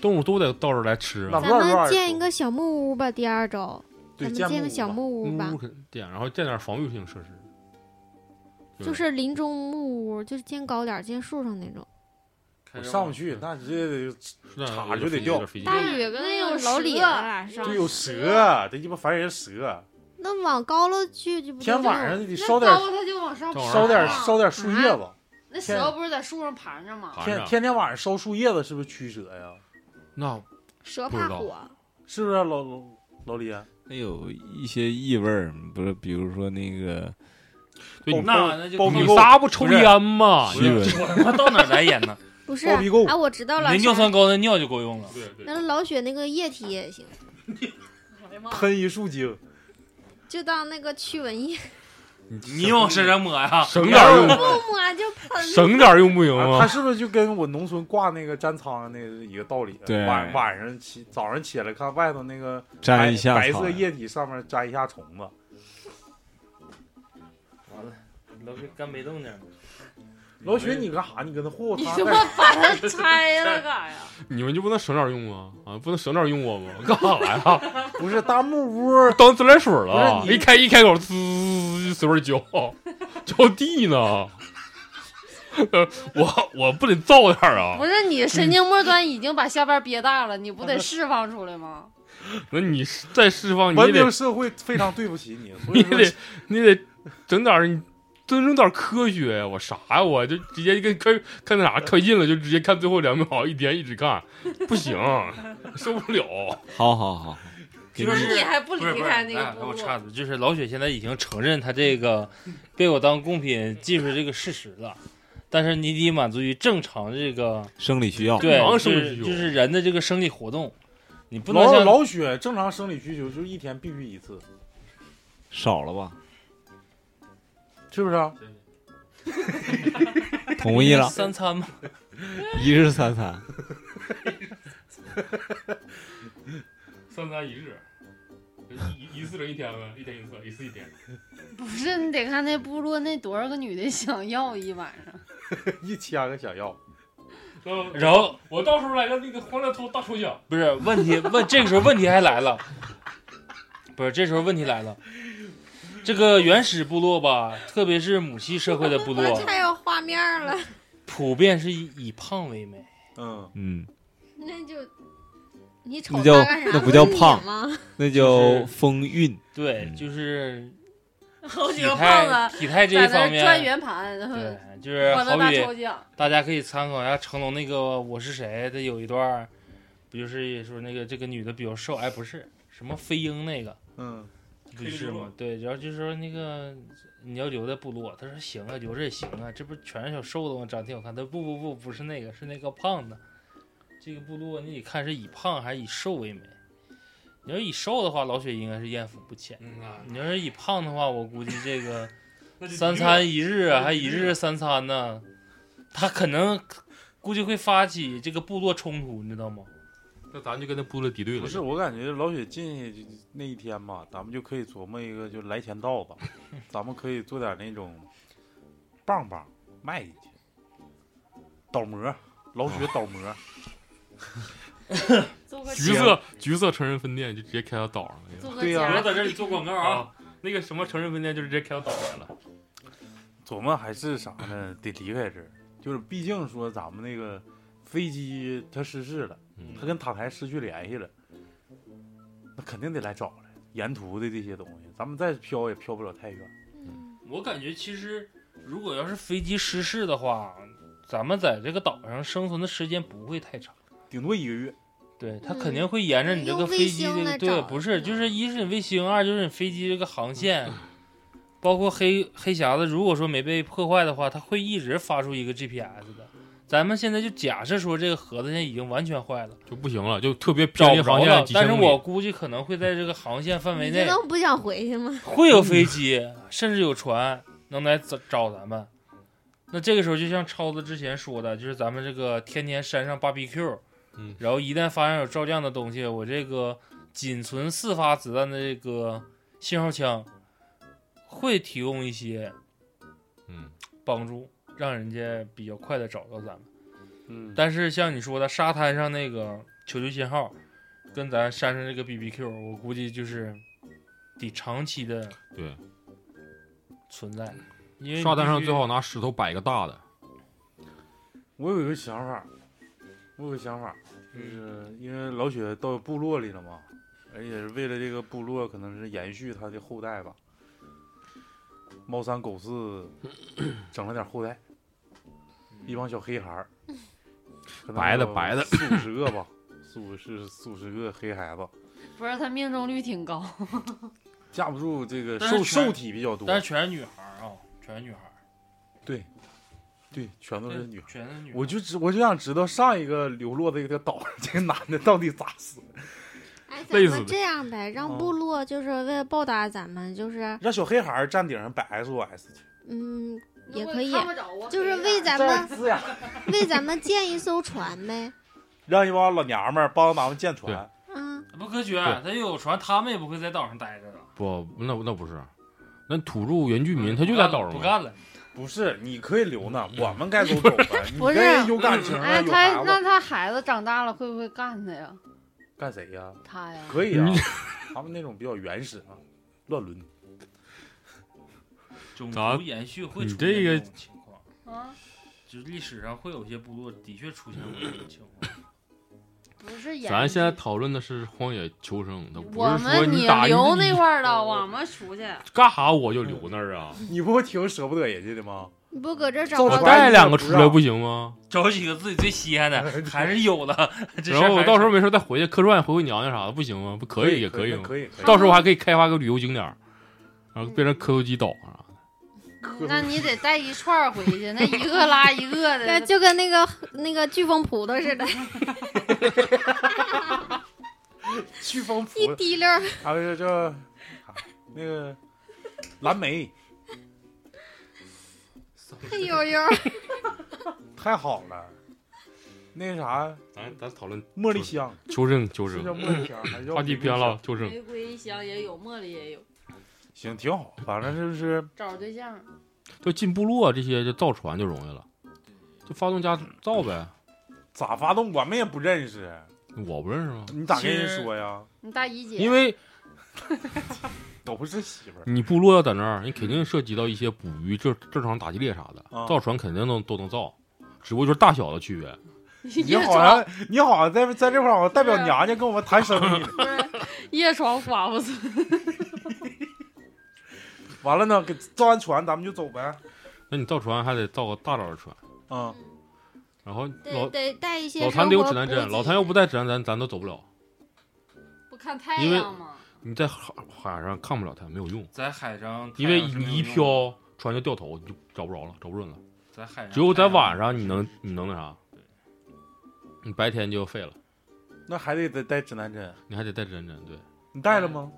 B: 动物都得到这儿来吃啊。
A: 那
G: 咱
A: 乱乱
G: 们
A: 儿
G: 建一
A: 说
G: 个小木屋吧，第二周，
A: 对，
G: 咱们建
A: 木
G: 个
A: 屋
G: 小
A: 吧
G: 木屋吧，
B: 屋嗯肯建，然后建点防御性设施，
G: 就是林中木屋，就是建高点儿，建树上那种。
A: 我上不去，那你这塔就得掉
B: 大
G: 大
C: 那
G: 宇跟
C: 那
G: 个
C: 有
G: 老李
C: 蛇
G: 啊
A: 嗯
G: 上
A: 这有蛇，啊这鸡巴烦人蛇。啊
G: 那往高了去就不
A: 天
G: 就
A: 晚
G: 有
C: 那
A: 上得烧点
C: 刀它就往上
B: 这玩
C: 爬
B: 意儿
A: 烧点
B: 啊
A: 烧点树叶子，
D: 那蛇不是在树上盘着吗？
A: 天天天晚上烧树叶子是不是驱蛇呀？
B: 那
G: 蛇
B: 不知
G: 怕
B: 道
G: 火，
A: 是不是啊老老老李？啊
H: 它有一些异味儿，不是，比如说那个
B: 对你
F: 那那就
A: 包
B: 你
A: 庇
B: 仨不抽烟吗？
H: 细纹，
F: 我他妈到哪儿来 演呢？
G: 不是
A: 包皮垢
G: 啊？我知道了，
F: 那尿
G: 啥
F: 酸高的尿就够用了。
B: 对对，
G: 那老雪那个液体也行，
C: 哎呀妈呀
A: 喷一束精，
G: 就当那个驱蚊液，
F: 你往身上抹呀，
B: 省点儿用，
G: 不抹就喷。
B: 省点儿用不行
A: 啊他
B: 吗？
A: 是不是就跟我农村挂那个粘苍蝇那个一个道理？
H: 对
A: 晚晚上起早上起来看外头那个
H: 粘一下
A: 白白
H: 草
A: 色液体上面粘一下虫子，
F: 完了，老给干没动静。
A: 老许，你干啥？你搁那霍霍
D: 你
A: 他
D: 他妈把它拆了干啥呀？
B: 你们就不能省点儿用吗？啊，不能省点儿用我吗？干啥呀？
A: 不是大木屋，
B: 当自来水了
A: 不，是你
B: 一开一开口，滋就随便浇，浇地呢。 呃我我不得造点儿啊
D: 不？是你神经末端已经把下边憋大了，你不得释放出来吗？
B: 那你再释放，你
A: 文
B: 也得
A: 明社会非常对不起你，所
B: 你
A: 以说
B: 得你得整点儿，你尊重点儿科学呀！我啥呀？我就直接跟看看那啥快进了，就直接看最后两秒，一天一直看，不行，受不了。
H: 好好好，给
F: 就
H: 你
F: 是
D: 你还不
F: 不是不
D: 离
F: 是，
D: 开
F: 哎
D: 那个部落？
F: 我插嘴，就是老雪现在已经承认他这 个被我当贡品技术这个事实了，但是你得满足于正常这个
H: 生理需要，
F: 对，
B: 正常
F: 就
B: 生理
F: 是
B: 需求
F: 就是人的这个生理活动，你不能
A: 老
F: 像
A: 老许正常生理需求就是一天必须一次，
H: 少了吧？
A: 是不是啊？
H: 同意了，
F: 三餐嘛，
H: 一日三餐，
B: 三餐一日，一一次整一天呗，一天一次，一次一天。
D: 不是，你得看那部落那多少个女的想要一晚上。
A: 一千个想要，
F: 然后
B: 我到时候来个那个欢乐偷大抽奖，
F: 不是问题问这个时候问题还来了，不是这时候问题来了，这个原始部落吧，特别是母系社会的部
G: 我
F: 落，
G: 太有画面了，
F: 普遍是以以胖为美。
A: 嗯，
H: 嗯，
G: 那就你瞅
H: 那叫
G: 他干啥？
H: 那不叫
G: 问你
H: 胖
G: 吗？
H: 那
F: 就
H: 叫
F: 是
H: 风韵，
F: 对，
H: 嗯
F: 就是
D: 好
F: 体
D: 几个胖
F: 态
D: 子
F: 体态这
D: 在
F: 一
D: 那
F: 方
D: 儿转
F: 面，
D: 圆盘，然后
F: 对， 就是
D: 欢乐
F: 好
D: 嗯大
F: 比
D: 抽奖。
F: 大家可以参考一下成龙那个《我是谁》的有一段儿，比如是说那个这个女的比较瘦，哎，不是什么飞鹰那个，
A: 嗯，
F: 不是
B: 黑部落
F: 吗？对，然后就说那个你要留在部落，他说行啊，留着也行啊，这不全是小瘦子吗？长得挺好看。他说不不不，不是那个，是那个胖子。这个部落你得看是以胖还是以瘦为美。你要以瘦的话，老雪应该是艳福不浅。
B: 嗯啊，
F: 你要是以胖的话，我估计 这个三餐一日啊，还一日三餐呢，他可能估计会发起这个部落冲突，你知道吗？
B: 那咱就跟他部落敌对了。
A: 不是，我感觉老许进去就那一天吧，咱们就可以琢磨一个，就来钱道子，咱们可以做点那种棒棒卖进去，倒模，老许倒模，
D: 做个
B: 橘色橘色成人分店就直接开到岛上了。
D: 做个
A: 对呀
B: 我要
D: 家，
B: 在这里做广告啊，那个什么成人分店就直接开到岛上了。
A: 琢磨还是啥 呢？得离开这儿，就是毕竟说咱们那个飞机它失事了，
B: 嗯
A: 它跟塔台失去联系了，那肯定得来找来。沿途的这些东西，咱们再飘也飘不了太远。
F: 我感觉其实如果要是飞机失事的话，咱们在这个岛上生存的时间不会太长。
A: 顶多一个月。
F: 对，它
G: 嗯
F: 肯定会沿着你这个
G: 用卫
F: 飞机
G: 星
F: 这
G: 来
F: 个
G: 找
B: 嗯
F: 对，不是，就是一是你卫星，二就是你飞机这个航线，包括黑黑匣子，如果说没被破坏的话，它会一直发出一个 GPS 的。咱们现在就假设说这个盒子现在已经完全坏了，
B: 就不行了，就特别
F: 找
B: 偏离
F: 不着
B: 航线
F: 了
B: 几。千
F: 但是
B: 公里
F: 我估计可能会在这个航线范
G: 你
F: 围内
G: 这能不想回去吗？
F: 会有飞机，甚至有船能来找找咱们。那这个时候，就像超子之前说的，就是咱们这个天天山上 BBQ，
B: 嗯
F: 然后一旦发现有照亮的东西，我这个仅存四发子弹的这个信号枪会提供一些
B: 嗯，
F: 帮助，让人家比较快的找到咱们。
A: 嗯，
F: 但是像你说的，沙滩上那个求救信号，跟咱山上这个 BBQ，我估计就是得长期的
B: 对
F: 存在，因为你
B: 沙滩上
F: 必须
B: 最好拿石头摆个大的，
A: 我有一个想法，我有个想法，
F: 嗯
A: 就是因为老雪到部落里了嘛，而且是为了这个部落，可能是延续他的后代吧。猫三狗 四整了点后代，一帮小黑孩儿，可能
B: 白的
A: 有
B: 白的
A: 四五十个吧，四五十四五十个黑孩子，
D: 不是他命中率挺高，
A: 架不住这个
F: 但是
A: 瘦
F: 全
A: 瘦体比较多，
F: 但是全是女孩儿啊，全是女孩儿，
A: 对对，全都是女孩儿。
F: 全是女孩儿。
A: 我就知我就想知道上一个流落的一个岛，这个男的到底咋死的？
G: 哎，咱
B: 累死
G: 们
B: 的
G: 这样呗，
A: 嗯
G: 让部落就是为了报答咱们，就是
A: 让小黑孩儿站顶上摆 SOS 去。
G: 嗯，
C: 那
G: 也
C: 我
G: 可以
C: 看不着啊，
G: 就是为咱们为咱们建一艘船呗。
A: 让一帮老娘们儿帮咱们建船。
G: 嗯，
F: 不科学，啊他有船，他们也不会在岛上待着的。
B: 不，那那不是，那土著原居民他就在岛上
F: 不
B: 嘛，
F: 干了，
A: 不是，你可以留呢，我们该走走了。你
D: 不是
A: 该有感情了，
D: 哎，
A: 有
D: 他
A: 孩
D: 那
A: 子
D: 他孩子长大了会不会干他呀？
A: 干谁呀？
D: 他呀？
A: 可以啊， 他们那种比较原始啊，乱伦。
F: 种
B: 咱
F: 族延续会
B: 你
F: 出
B: 这
F: 现
B: 个
F: 种情况，
D: 啊，
F: 就是历史上会有些部落的确出现过这种情况。
D: 不是演。
B: 咱现在讨论的是荒野求生，他不
D: 我
B: 是说
D: 们
B: 你打
D: 留
B: 一
D: 那块儿的，我们出去。
B: 干啥我就留那儿啊？
A: 你不挺舍不得人家的吗？
G: 你不搁这儿
A: 造
G: 找
B: 我
A: 船
G: 到
B: 带两个出来不行吗？
F: 找几个自己最稀 罕的，还是有的。这事儿
B: 然后
F: 还
B: 我
F: 是
B: 到时候没事再回去客串回回娘娘啥的，不行啊吗？不可以也
A: 可
B: 以吗？啊
A: 可以可以。
B: 到时候还可以开发个旅游景点儿，然后变
D: 嗯
B: 成科头基岛啊。
D: 那你得带一串儿回去，那一个拉一个
G: 对，
D: 的。
G: 就跟那个那个飓风葡萄似的，
A: 飓风
G: 一
A: 服，
G: 滴溜儿。
A: 还有叫啊那个蓝莓，
G: 悠悠，
A: 太好了。那啥，
B: 咱咱讨论
A: 茉莉香
B: 求生求
A: 是
B: 生
A: 叫，茉莉香还是叫
B: 话题偏了，求生。
D: 玫瑰香也有，茉莉也有，
A: 行，挺好，反正就是
D: 找对象。
B: 就进部落这些就造船就容易了，就发动家造呗。
A: 咋发动，我们也不认识，
B: 我不认识吗？
A: 你咋跟
F: 其实
A: 人说呀？
D: 你大姨姐，
B: 因为
A: 都不是媳妇儿。
B: 你部落要在那儿，你肯定涉及到一些捕鱼、正正常打击猎啥的
A: 啊，
B: 造船肯定能都能造，只不过就是大小的区别。
A: 你好像你好像在在这块儿好像代表娘家跟我们谈生 意呢。
D: 夜闯寡妇村，
A: 完了呢，给造完船咱们就走呗。
B: 那你造船还得造个大点儿的船，
A: 嗯，
B: 然后
G: 得
B: 老
G: 得带一些
B: 老
G: 生
B: 谭得有
G: 活
B: 指南针，
G: 补
B: 老
G: 给
B: 谭要不带指南针，咱都走不了。
D: 不看太
B: 因为
D: 阳吗？
B: 你在海海上看不了它，没有用，
F: 在海上，
B: 因为
F: 太阳是没有
B: 你一
F: 用的，
B: 飘船就掉头，你就找不着了，找不准了。
F: 在海上
B: 只有在晚
F: 太阳
B: 上你能你能那啥，你白天就废了，
A: 那还得得带指南针，
B: 你还得带指南针。对，
A: 你带了吗？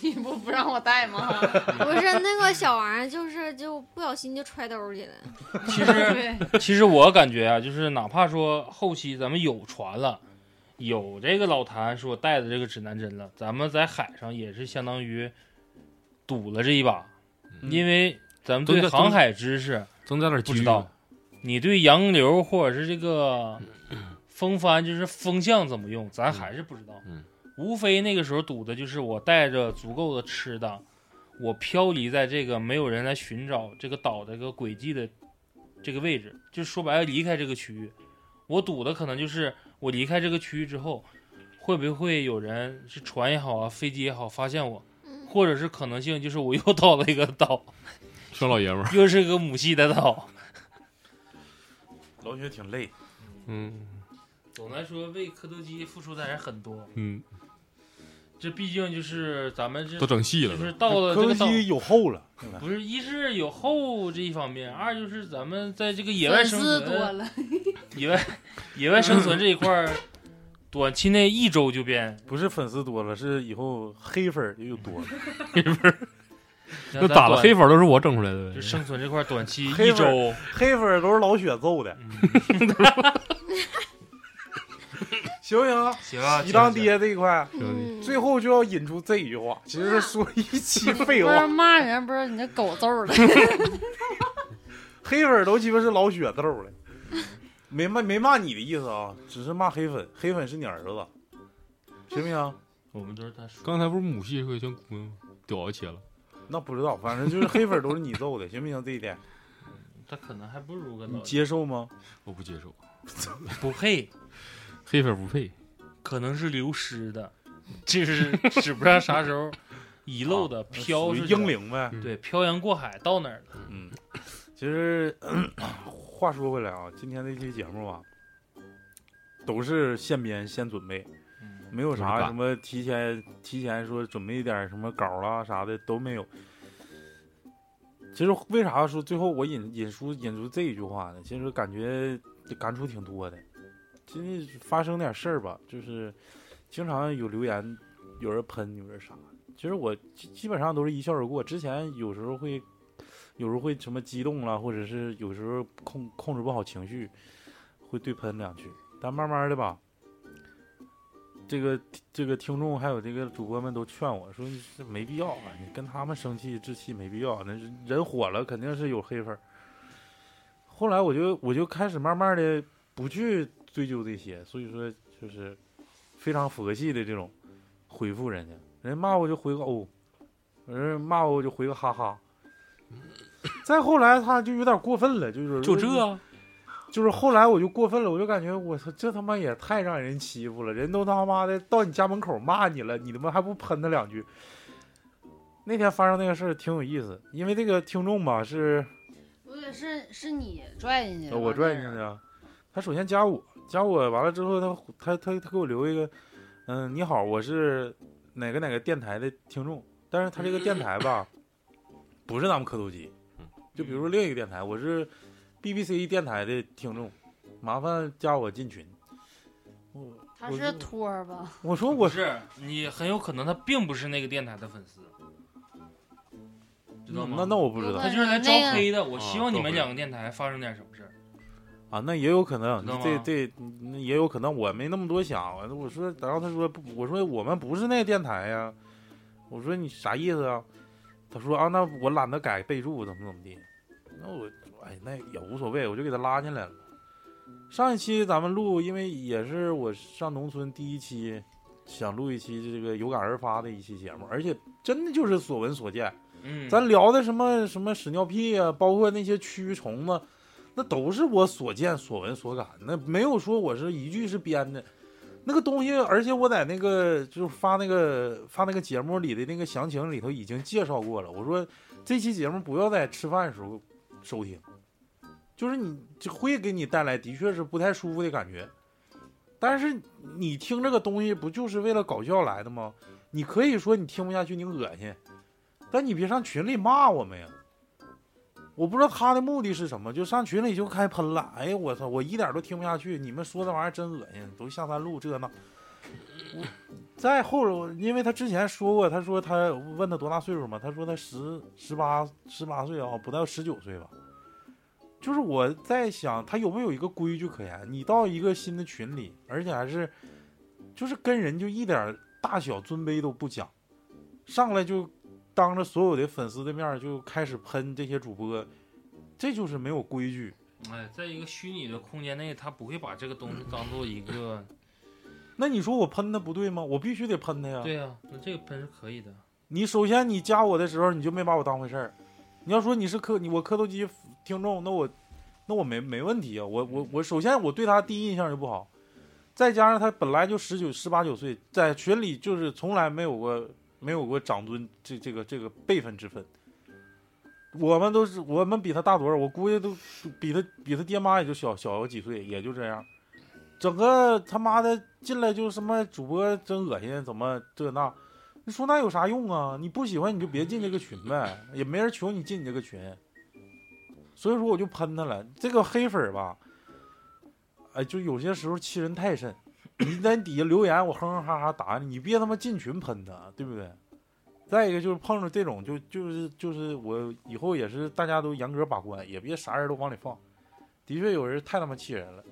D: 你不不让我带吗？
G: 不是那个小玩意儿，就是就不小心就揣兜里了。
F: 其实
D: 对，
F: 其实我感觉啊，就是哪怕说后期咱们有船了，有这个老谭说带的这个指南针了，咱们在海上也是相当于赌了这一把，
B: 嗯
F: 因为咱们
B: 都
F: 对
B: 在
F: 航海知识，
B: 增加点机
F: 不知
B: 遇
F: 道你对洋流或者是这个风帆，就是风向怎么用，咱还是不知道。
B: 嗯
F: 无非那个时候赌的就是我带着足够的吃的，我漂离在这个没有人来寻找这个岛的这个轨迹的这个位置，就说白了离开这个区域。我赌的可能就是我离开这个区域之后，会不会有人是船也好啊，飞机也好发现我，
G: 嗯，
F: 或者是可能性就是我又到了一个岛，
B: 生老爷们儿。
F: 又是个母系的岛。
A: 老雪挺累，
B: 嗯
F: 总的来说，为科多基付出的还是很多，
B: 嗯，
F: 这毕竟就是咱们这
B: 都整细了
F: 就
B: 都
F: 是。到了
A: 柯
F: 这个
A: 文
F: 岛，
A: 西有后了，对吧
F: 不是一是有后这一方面，二就是咱们在这个野外
D: 粉
F: 生
D: 丝多
F: 存，
D: 了，
F: 野外野外生存这一块儿，短期内一周就变。
A: 不是粉丝多了，是以后黑粉儿也有 多了。
B: 那咋了？
F: 咱
B: 黑粉都是我整出来的
F: 就
B: 呗。
F: 生存这块儿短期
A: 黑
F: 一
A: 粉
F: 周，
A: 黑粉儿都是老雪揍的，
F: 嗯，
A: 行不行啊？
F: 行啊，
A: 你当
F: 行，
A: 爹 这一块，
G: 嗯，
A: 最后就要引出这一句话，其实是说一期废
D: 不是
A: 话，
D: 骂人，不是你这狗揍了，
A: 黑粉儿都鸡巴是老雪揍的，没骂没骂你的意思啊，只是骂黑粉，黑粉是你儿子，行不行？
F: 我们都是他说，
B: 刚才不是母系社会全姑娘屌我切了，
A: 那不知道，反正就是黑粉儿都是你揍的，行 不行？这一点
F: 他可能还不如跟
A: 你
F: 老
A: 接受吗？
B: 我不接受，
F: 不配，
B: 黑粉不配。
F: 可能是流失的，就是指不上啥时候遗漏的，
A: 啊
F: 飘
A: 属于
F: 出去了
A: 英，灵呗。
F: 对，漂洋过海到哪儿了？
A: 嗯，其实 咳话说回来啊，今天这期节目啊，都是现编现准备，
F: 嗯，
A: 没有
B: 都是
A: 啥
B: 干
A: 什么提前提前说准备点什么稿啦啥的都没有。其实为啥说最后我引引出引出这一句话呢？其实感觉感触挺多的。今天发生点事儿吧，就是经常有留言，有人喷，有人啥。其实我基基本上都是一笑而过。之前有时候会，有时候会什么激动啊了，或者是有时候控控制不好情绪，会对喷两句。但慢慢的吧，这个这个听众还有这个主播们都劝我说：“你这没必要啊，你跟他们生气置气没必要。那人人火了肯定是有黑粉儿。”后来我就我就开始慢慢的不去追究这些，所以说就是非常佛系的这种回复人家，人家骂我就回个哦，人家骂我我就回个哈哈。再后来他就有点过分了，就是
F: 就这啊，
A: 就是后来我就过分了，我就感觉我操，这他妈也太让人欺负了！人都他妈的到你家门口骂你了，你他妈还不喷他两句？那天发生那个事儿挺有意思，因为这个听众吧是
D: 不是是是你拽进去的
A: 呃
D: 吧，
A: 我拽进去的，他首先加我，加我完了之后他，他他他给我留一个，嗯，你好，我是哪个哪个电台的听众，但是他这个电台吧，不是咱们磕头机，
F: 嗯
A: 就比如说另一个电台，我是 BBC 电台的听众，麻烦加我进群。我
D: 他
A: 我
D: 是
A: 就
D: 托儿吧？
A: 啊我说
F: 不
A: 我
F: 是你很有可能他并不是那个电台的粉丝，知道吗？
A: 嗯那那我不知
D: 有
A: 道
D: 可
F: 他
D: 能
F: 就是来招
D: 嗯那个
F: 黑的。我希望你
B: 招
F: 们
B: 黑
F: 两个电台发生点什么事儿。
A: 啊，那也有可能
F: 知道，吗
A: 这这那也有可能，我没那么多想。我我说，然后他说不，我说我们不是那个电台呀。我说你啥意思啊？他说啊，那我懒得改备注，怎么怎么地。那我哎，那也无所谓，我就给他拉进来了。上一期咱们录，因为也是我上农村第一期，想录一期这个有感而发的一期节目，而且真的就是所闻所见。
F: 嗯，
A: 咱聊的什么什么屎尿屁呀、包括那些蛆虫子，那都是我所见所闻所感，那没有说我是一句是编的。那个东西，而且我在那个就是发那个发那个节目里的那个详情里头已经介绍过了。我说这期节目不要在吃饭的时候收听，就是你就会给你带来的确是不太舒服的感觉。但是你听这个东西不就是为了搞笑来的吗？你可以说你听不下去，你恶心，但你别上群里骂我们呀。我不知道他的目的是什么，就上群里就开喷了。哎呀，我操，我一点都听不下去，你们说这玩意儿真恶心，都下三路这那。我再后头，因为他之前说过，他说他问他多大岁数嘛，他说他十十八十八岁啊，不到十九岁吧。就是我在想，他有没有一个规矩可言？你到一个新的群里，而且还是就是跟人就一点大小尊卑都不讲，上来就当着所有的粉丝的面儿就开始喷这些主播，这就是没有规矩。
F: 哎，在一个虚拟的空间内，他不会把这个东西当做一个。
A: 那你说我喷他不对吗？我必须得喷他呀。
F: 对呀、那这个喷是可以的。
A: 你首先你加我的时候，你就没把我当回事儿。你要说你是磕你我磕头机听众，那我那我没没问题啊。我我我首先我对他第一印象就不好，再加上他本来就十九十八九岁，在群里就是从来没有过没有过长尊这这个这个辈分之分。我们都是我们比他大多少？我估计都比他比他爹妈也就小小几岁，也就这样。整个他妈的进来就什么主播真恶心，怎么这那。你说那有啥用啊？你不喜欢你就别进这个群呗，也没人求你进你这个群。所以说我就喷他了，这个黑粉儿吧，哎，就有些时候欺人太甚。你在底下留言，我哼哼哈哈答你，你别他妈进群喷他，对不对？再一个就是碰着这种，就就是就是我以后也是大家都严格把关，也别啥人都往里放。的确有人太他妈气人了，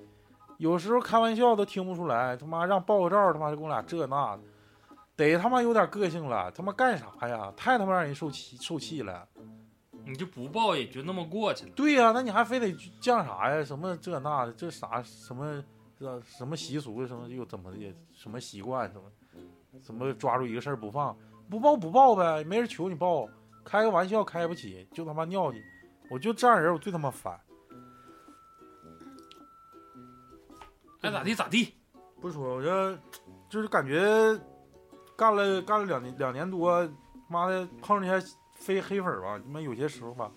A: 有时候开玩笑都听不出来，他妈让爆个照，他妈就跟我俩这那的，得他妈有点个性了，他妈干啥呀？太他妈让人受气受气了。
F: 你就不报也就那么过去了。
A: 对呀、那你还非得犟啥呀？什么这那的，这啥什么这什么习俗，啊什么又怎么的，什么习惯，什么什么抓住一个事儿不放，不报不报呗，没人求你报，开个玩笑开不起，就他妈尿你。我就这样人，我最他妈烦。
F: 爱咋地咋地，
A: 不说，我这就是感觉干了干了两年两年多，妈的碰上一些非黑粉儿吧，你们有些时候吧，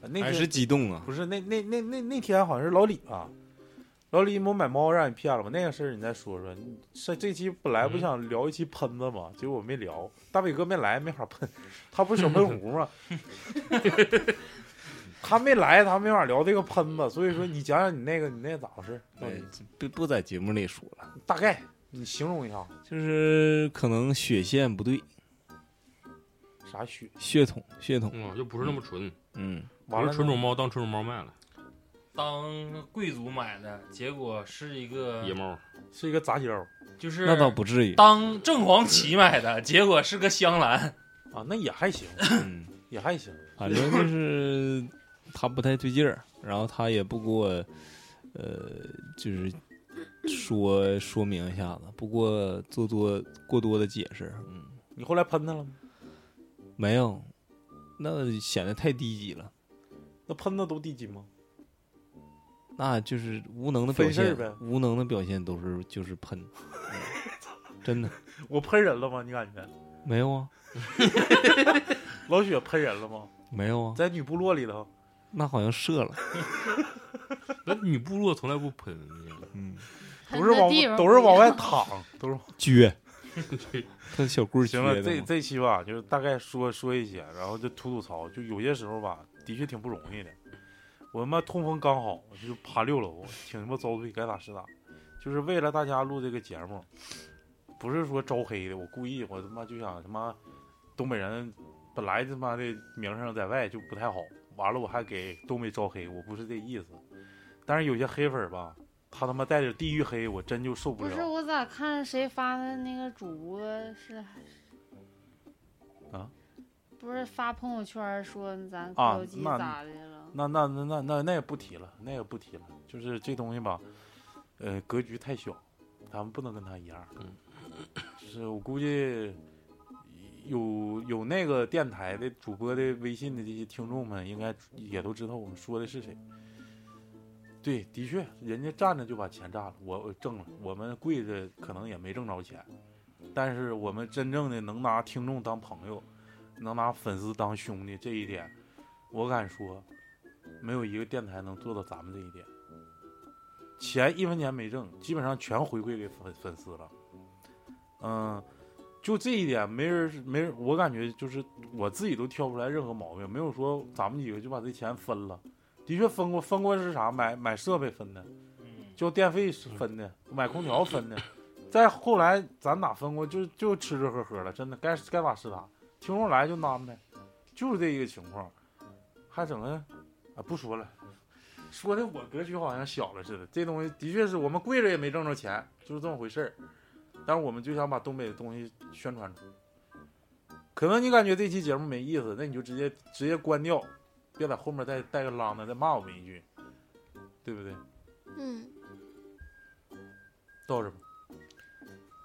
A: 呃那
H: 还
A: 天
H: 是激动啊！
A: 不是那那那那那天好像是老李吧，老李我买猫让你骗了吧？那个事儿你再说说。你这这期本来不
B: 嗯
A: 想聊一期喷子嘛，结果我没聊，大伟哥没来，没法喷， 他不是小喷壶吗？ 他没来，他没法聊这个喷子，所以说你讲讲你那个你那个咋回事？到底
H: 不不在节目里说了，
A: 大概你形容一下
H: 就是可能血线不对，
A: 啥血？
H: 血统血统，
B: 嗯，就不是那么纯，
H: 嗯，
A: 完
B: 不
A: 了
B: 是
A: 呢
B: 纯种猫当纯种猫卖了，
F: 当贵族买的，结果是一
A: 嗯
F: 个
B: 野，猫。
A: 是一个杂交
F: 就是
H: 那倒不至于，
F: 当正黄旗买的，结果是个香兰。
A: 啊，那也还行，
H: 嗯，
A: 也还行。
H: 反正就是他不太对劲儿，然后他也不给我，呃，就是说说明一下子，不过做多过多的解释，嗯，
A: 你后来喷他了吗？
H: 没有，那显得太低级了，
A: 那喷子都地基吗？
H: 那就是无能的表
A: 分事儿
H: 现
A: 呗，
H: 无能的表现都是就是喷， 嗯真的
A: 我喷人了吗？你感觉
H: 没有啊，
A: 老雪喷人了吗？
H: 没有啊，
A: 在女部落里头，
H: 那好像射了，
B: 那女部落从来不喷，
H: 嗯，
A: 都是往
D: 地方
A: 都是往外淌，都是往。
H: 撅，他小棍儿
A: 行
H: 撅
A: 了，
H: 的
A: 这
H: 嘛
A: 这期吧，就是大概说说一些，然后就吐吐槽，就有些时候吧，的确挺不容易的。我他妈通风刚好，我就爬六楼，挺他妈遭罪，该咋是咋。就是为了大家录这个节目，不是说招黑的，我故意，我他妈就想他妈东北人本来他妈的名声在外就不太好，完了我还给东北招黑，我不是这意思。但是有些黑粉儿吧，他他妈带着地域黑，我真就受不
D: 不
A: 了。
D: 是我咋看谁发的那个主播是
A: 啊？
D: 不是发朋友圈说咱
A: 啊
D: 老鸡
A: 那
D: 咋的了？
A: 那那那那那那也不提了，那也不提了。就是这东西吧，呃，格局太小，咱们不能跟他一样。
B: 嗯，
A: 就是我估计有有那个电台的主播的微信的这些听众们，应该也都知道我们说的是谁。对，的确，人家站着就把钱占了，我我挣了，我们跪着可能也没挣着钱，但是我们真正的能拿听众当朋友，能拿粉丝当兄弟，这一点，我敢说，没有一个电台能做到咱们这一点。钱一分钱没挣，基本上全回馈给粉粉丝了。嗯，就这一点，没人是没人，我感觉就是我自己都挑不出来任何毛病，没有说咱们几个就把这钱分了。的确分过，分过是啥？买买设备分的，交电费是分的，买空调分的。再后来咱哪分过？就就吃吃喝喝了，真的该该咋是咋。听众来就安呗，就是这一个情况。还整个啊，不说了，说的我格局好像小了似的。这东西的确是我们跪着也没挣着钱，就是这么回事儿。但是我们就想把东北的东西宣传出去。可能你感觉这期节目没意思，那你就直接直接关掉，别在后面再带个啷的再骂我们一句，对不对？
G: 嗯，
A: 到这吧。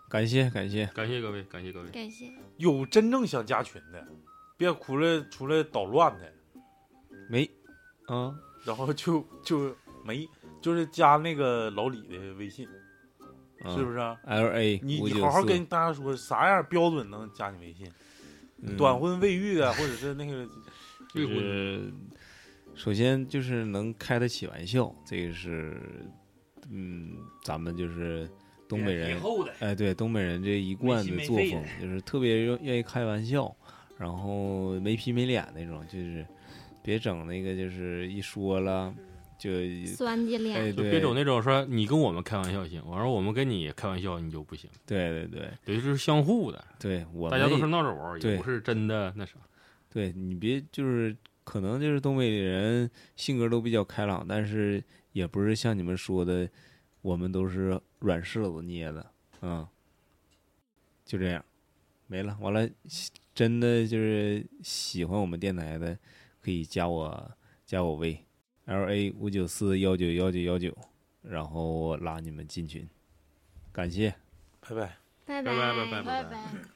H: 感谢感谢，
B: 感谢各位，感谢各位。
G: 感谢。
A: 有真正想加群的，别出来出来捣乱的，
H: 没，啊。
A: 然后就就没就是加那个老李的微信，是不
H: 是
A: 是啊、
H: ？L A
A: 你你好好跟大家说啥样标准能加你微信？
H: 嗯
A: 短婚未育啊的，或者是那个
H: 就
B: 未婚
H: 是首先就是能开得起玩笑，这个是嗯，咱们就是东北人
F: 皮厚的，
H: 哎，对，东北人这一贯的作
F: 没
H: 风
F: 心没肺
H: 就是特别愿愿意开玩笑，然后没皮没脸那种，就是别整那个，就是一说了就
G: 酸的
H: 哎，
G: 脸，
B: 就
H: 对，
B: 别整那种说你跟我们开玩笑行，我说我们跟你开玩笑你就不行，
H: 对对对
B: 对，就是相互的，
H: 对，我
B: 大家都
H: 们
B: 是闹着玩儿，
H: 对
B: 也不是真的那啥。
H: 对你别就是可能就是东北人性格都比较开朗，但是也不是像你们说的，我们都是软柿子捏的，嗯，就这样，没了。完了，喜真的就是喜欢我们电台的，可以加我加我微 L A 五九四幺九幺九幺九，然后我拉你们进群，感谢。
A: 拜拜。
G: 拜
B: 拜拜拜拜
G: 拜
B: 拜拜
D: 拜。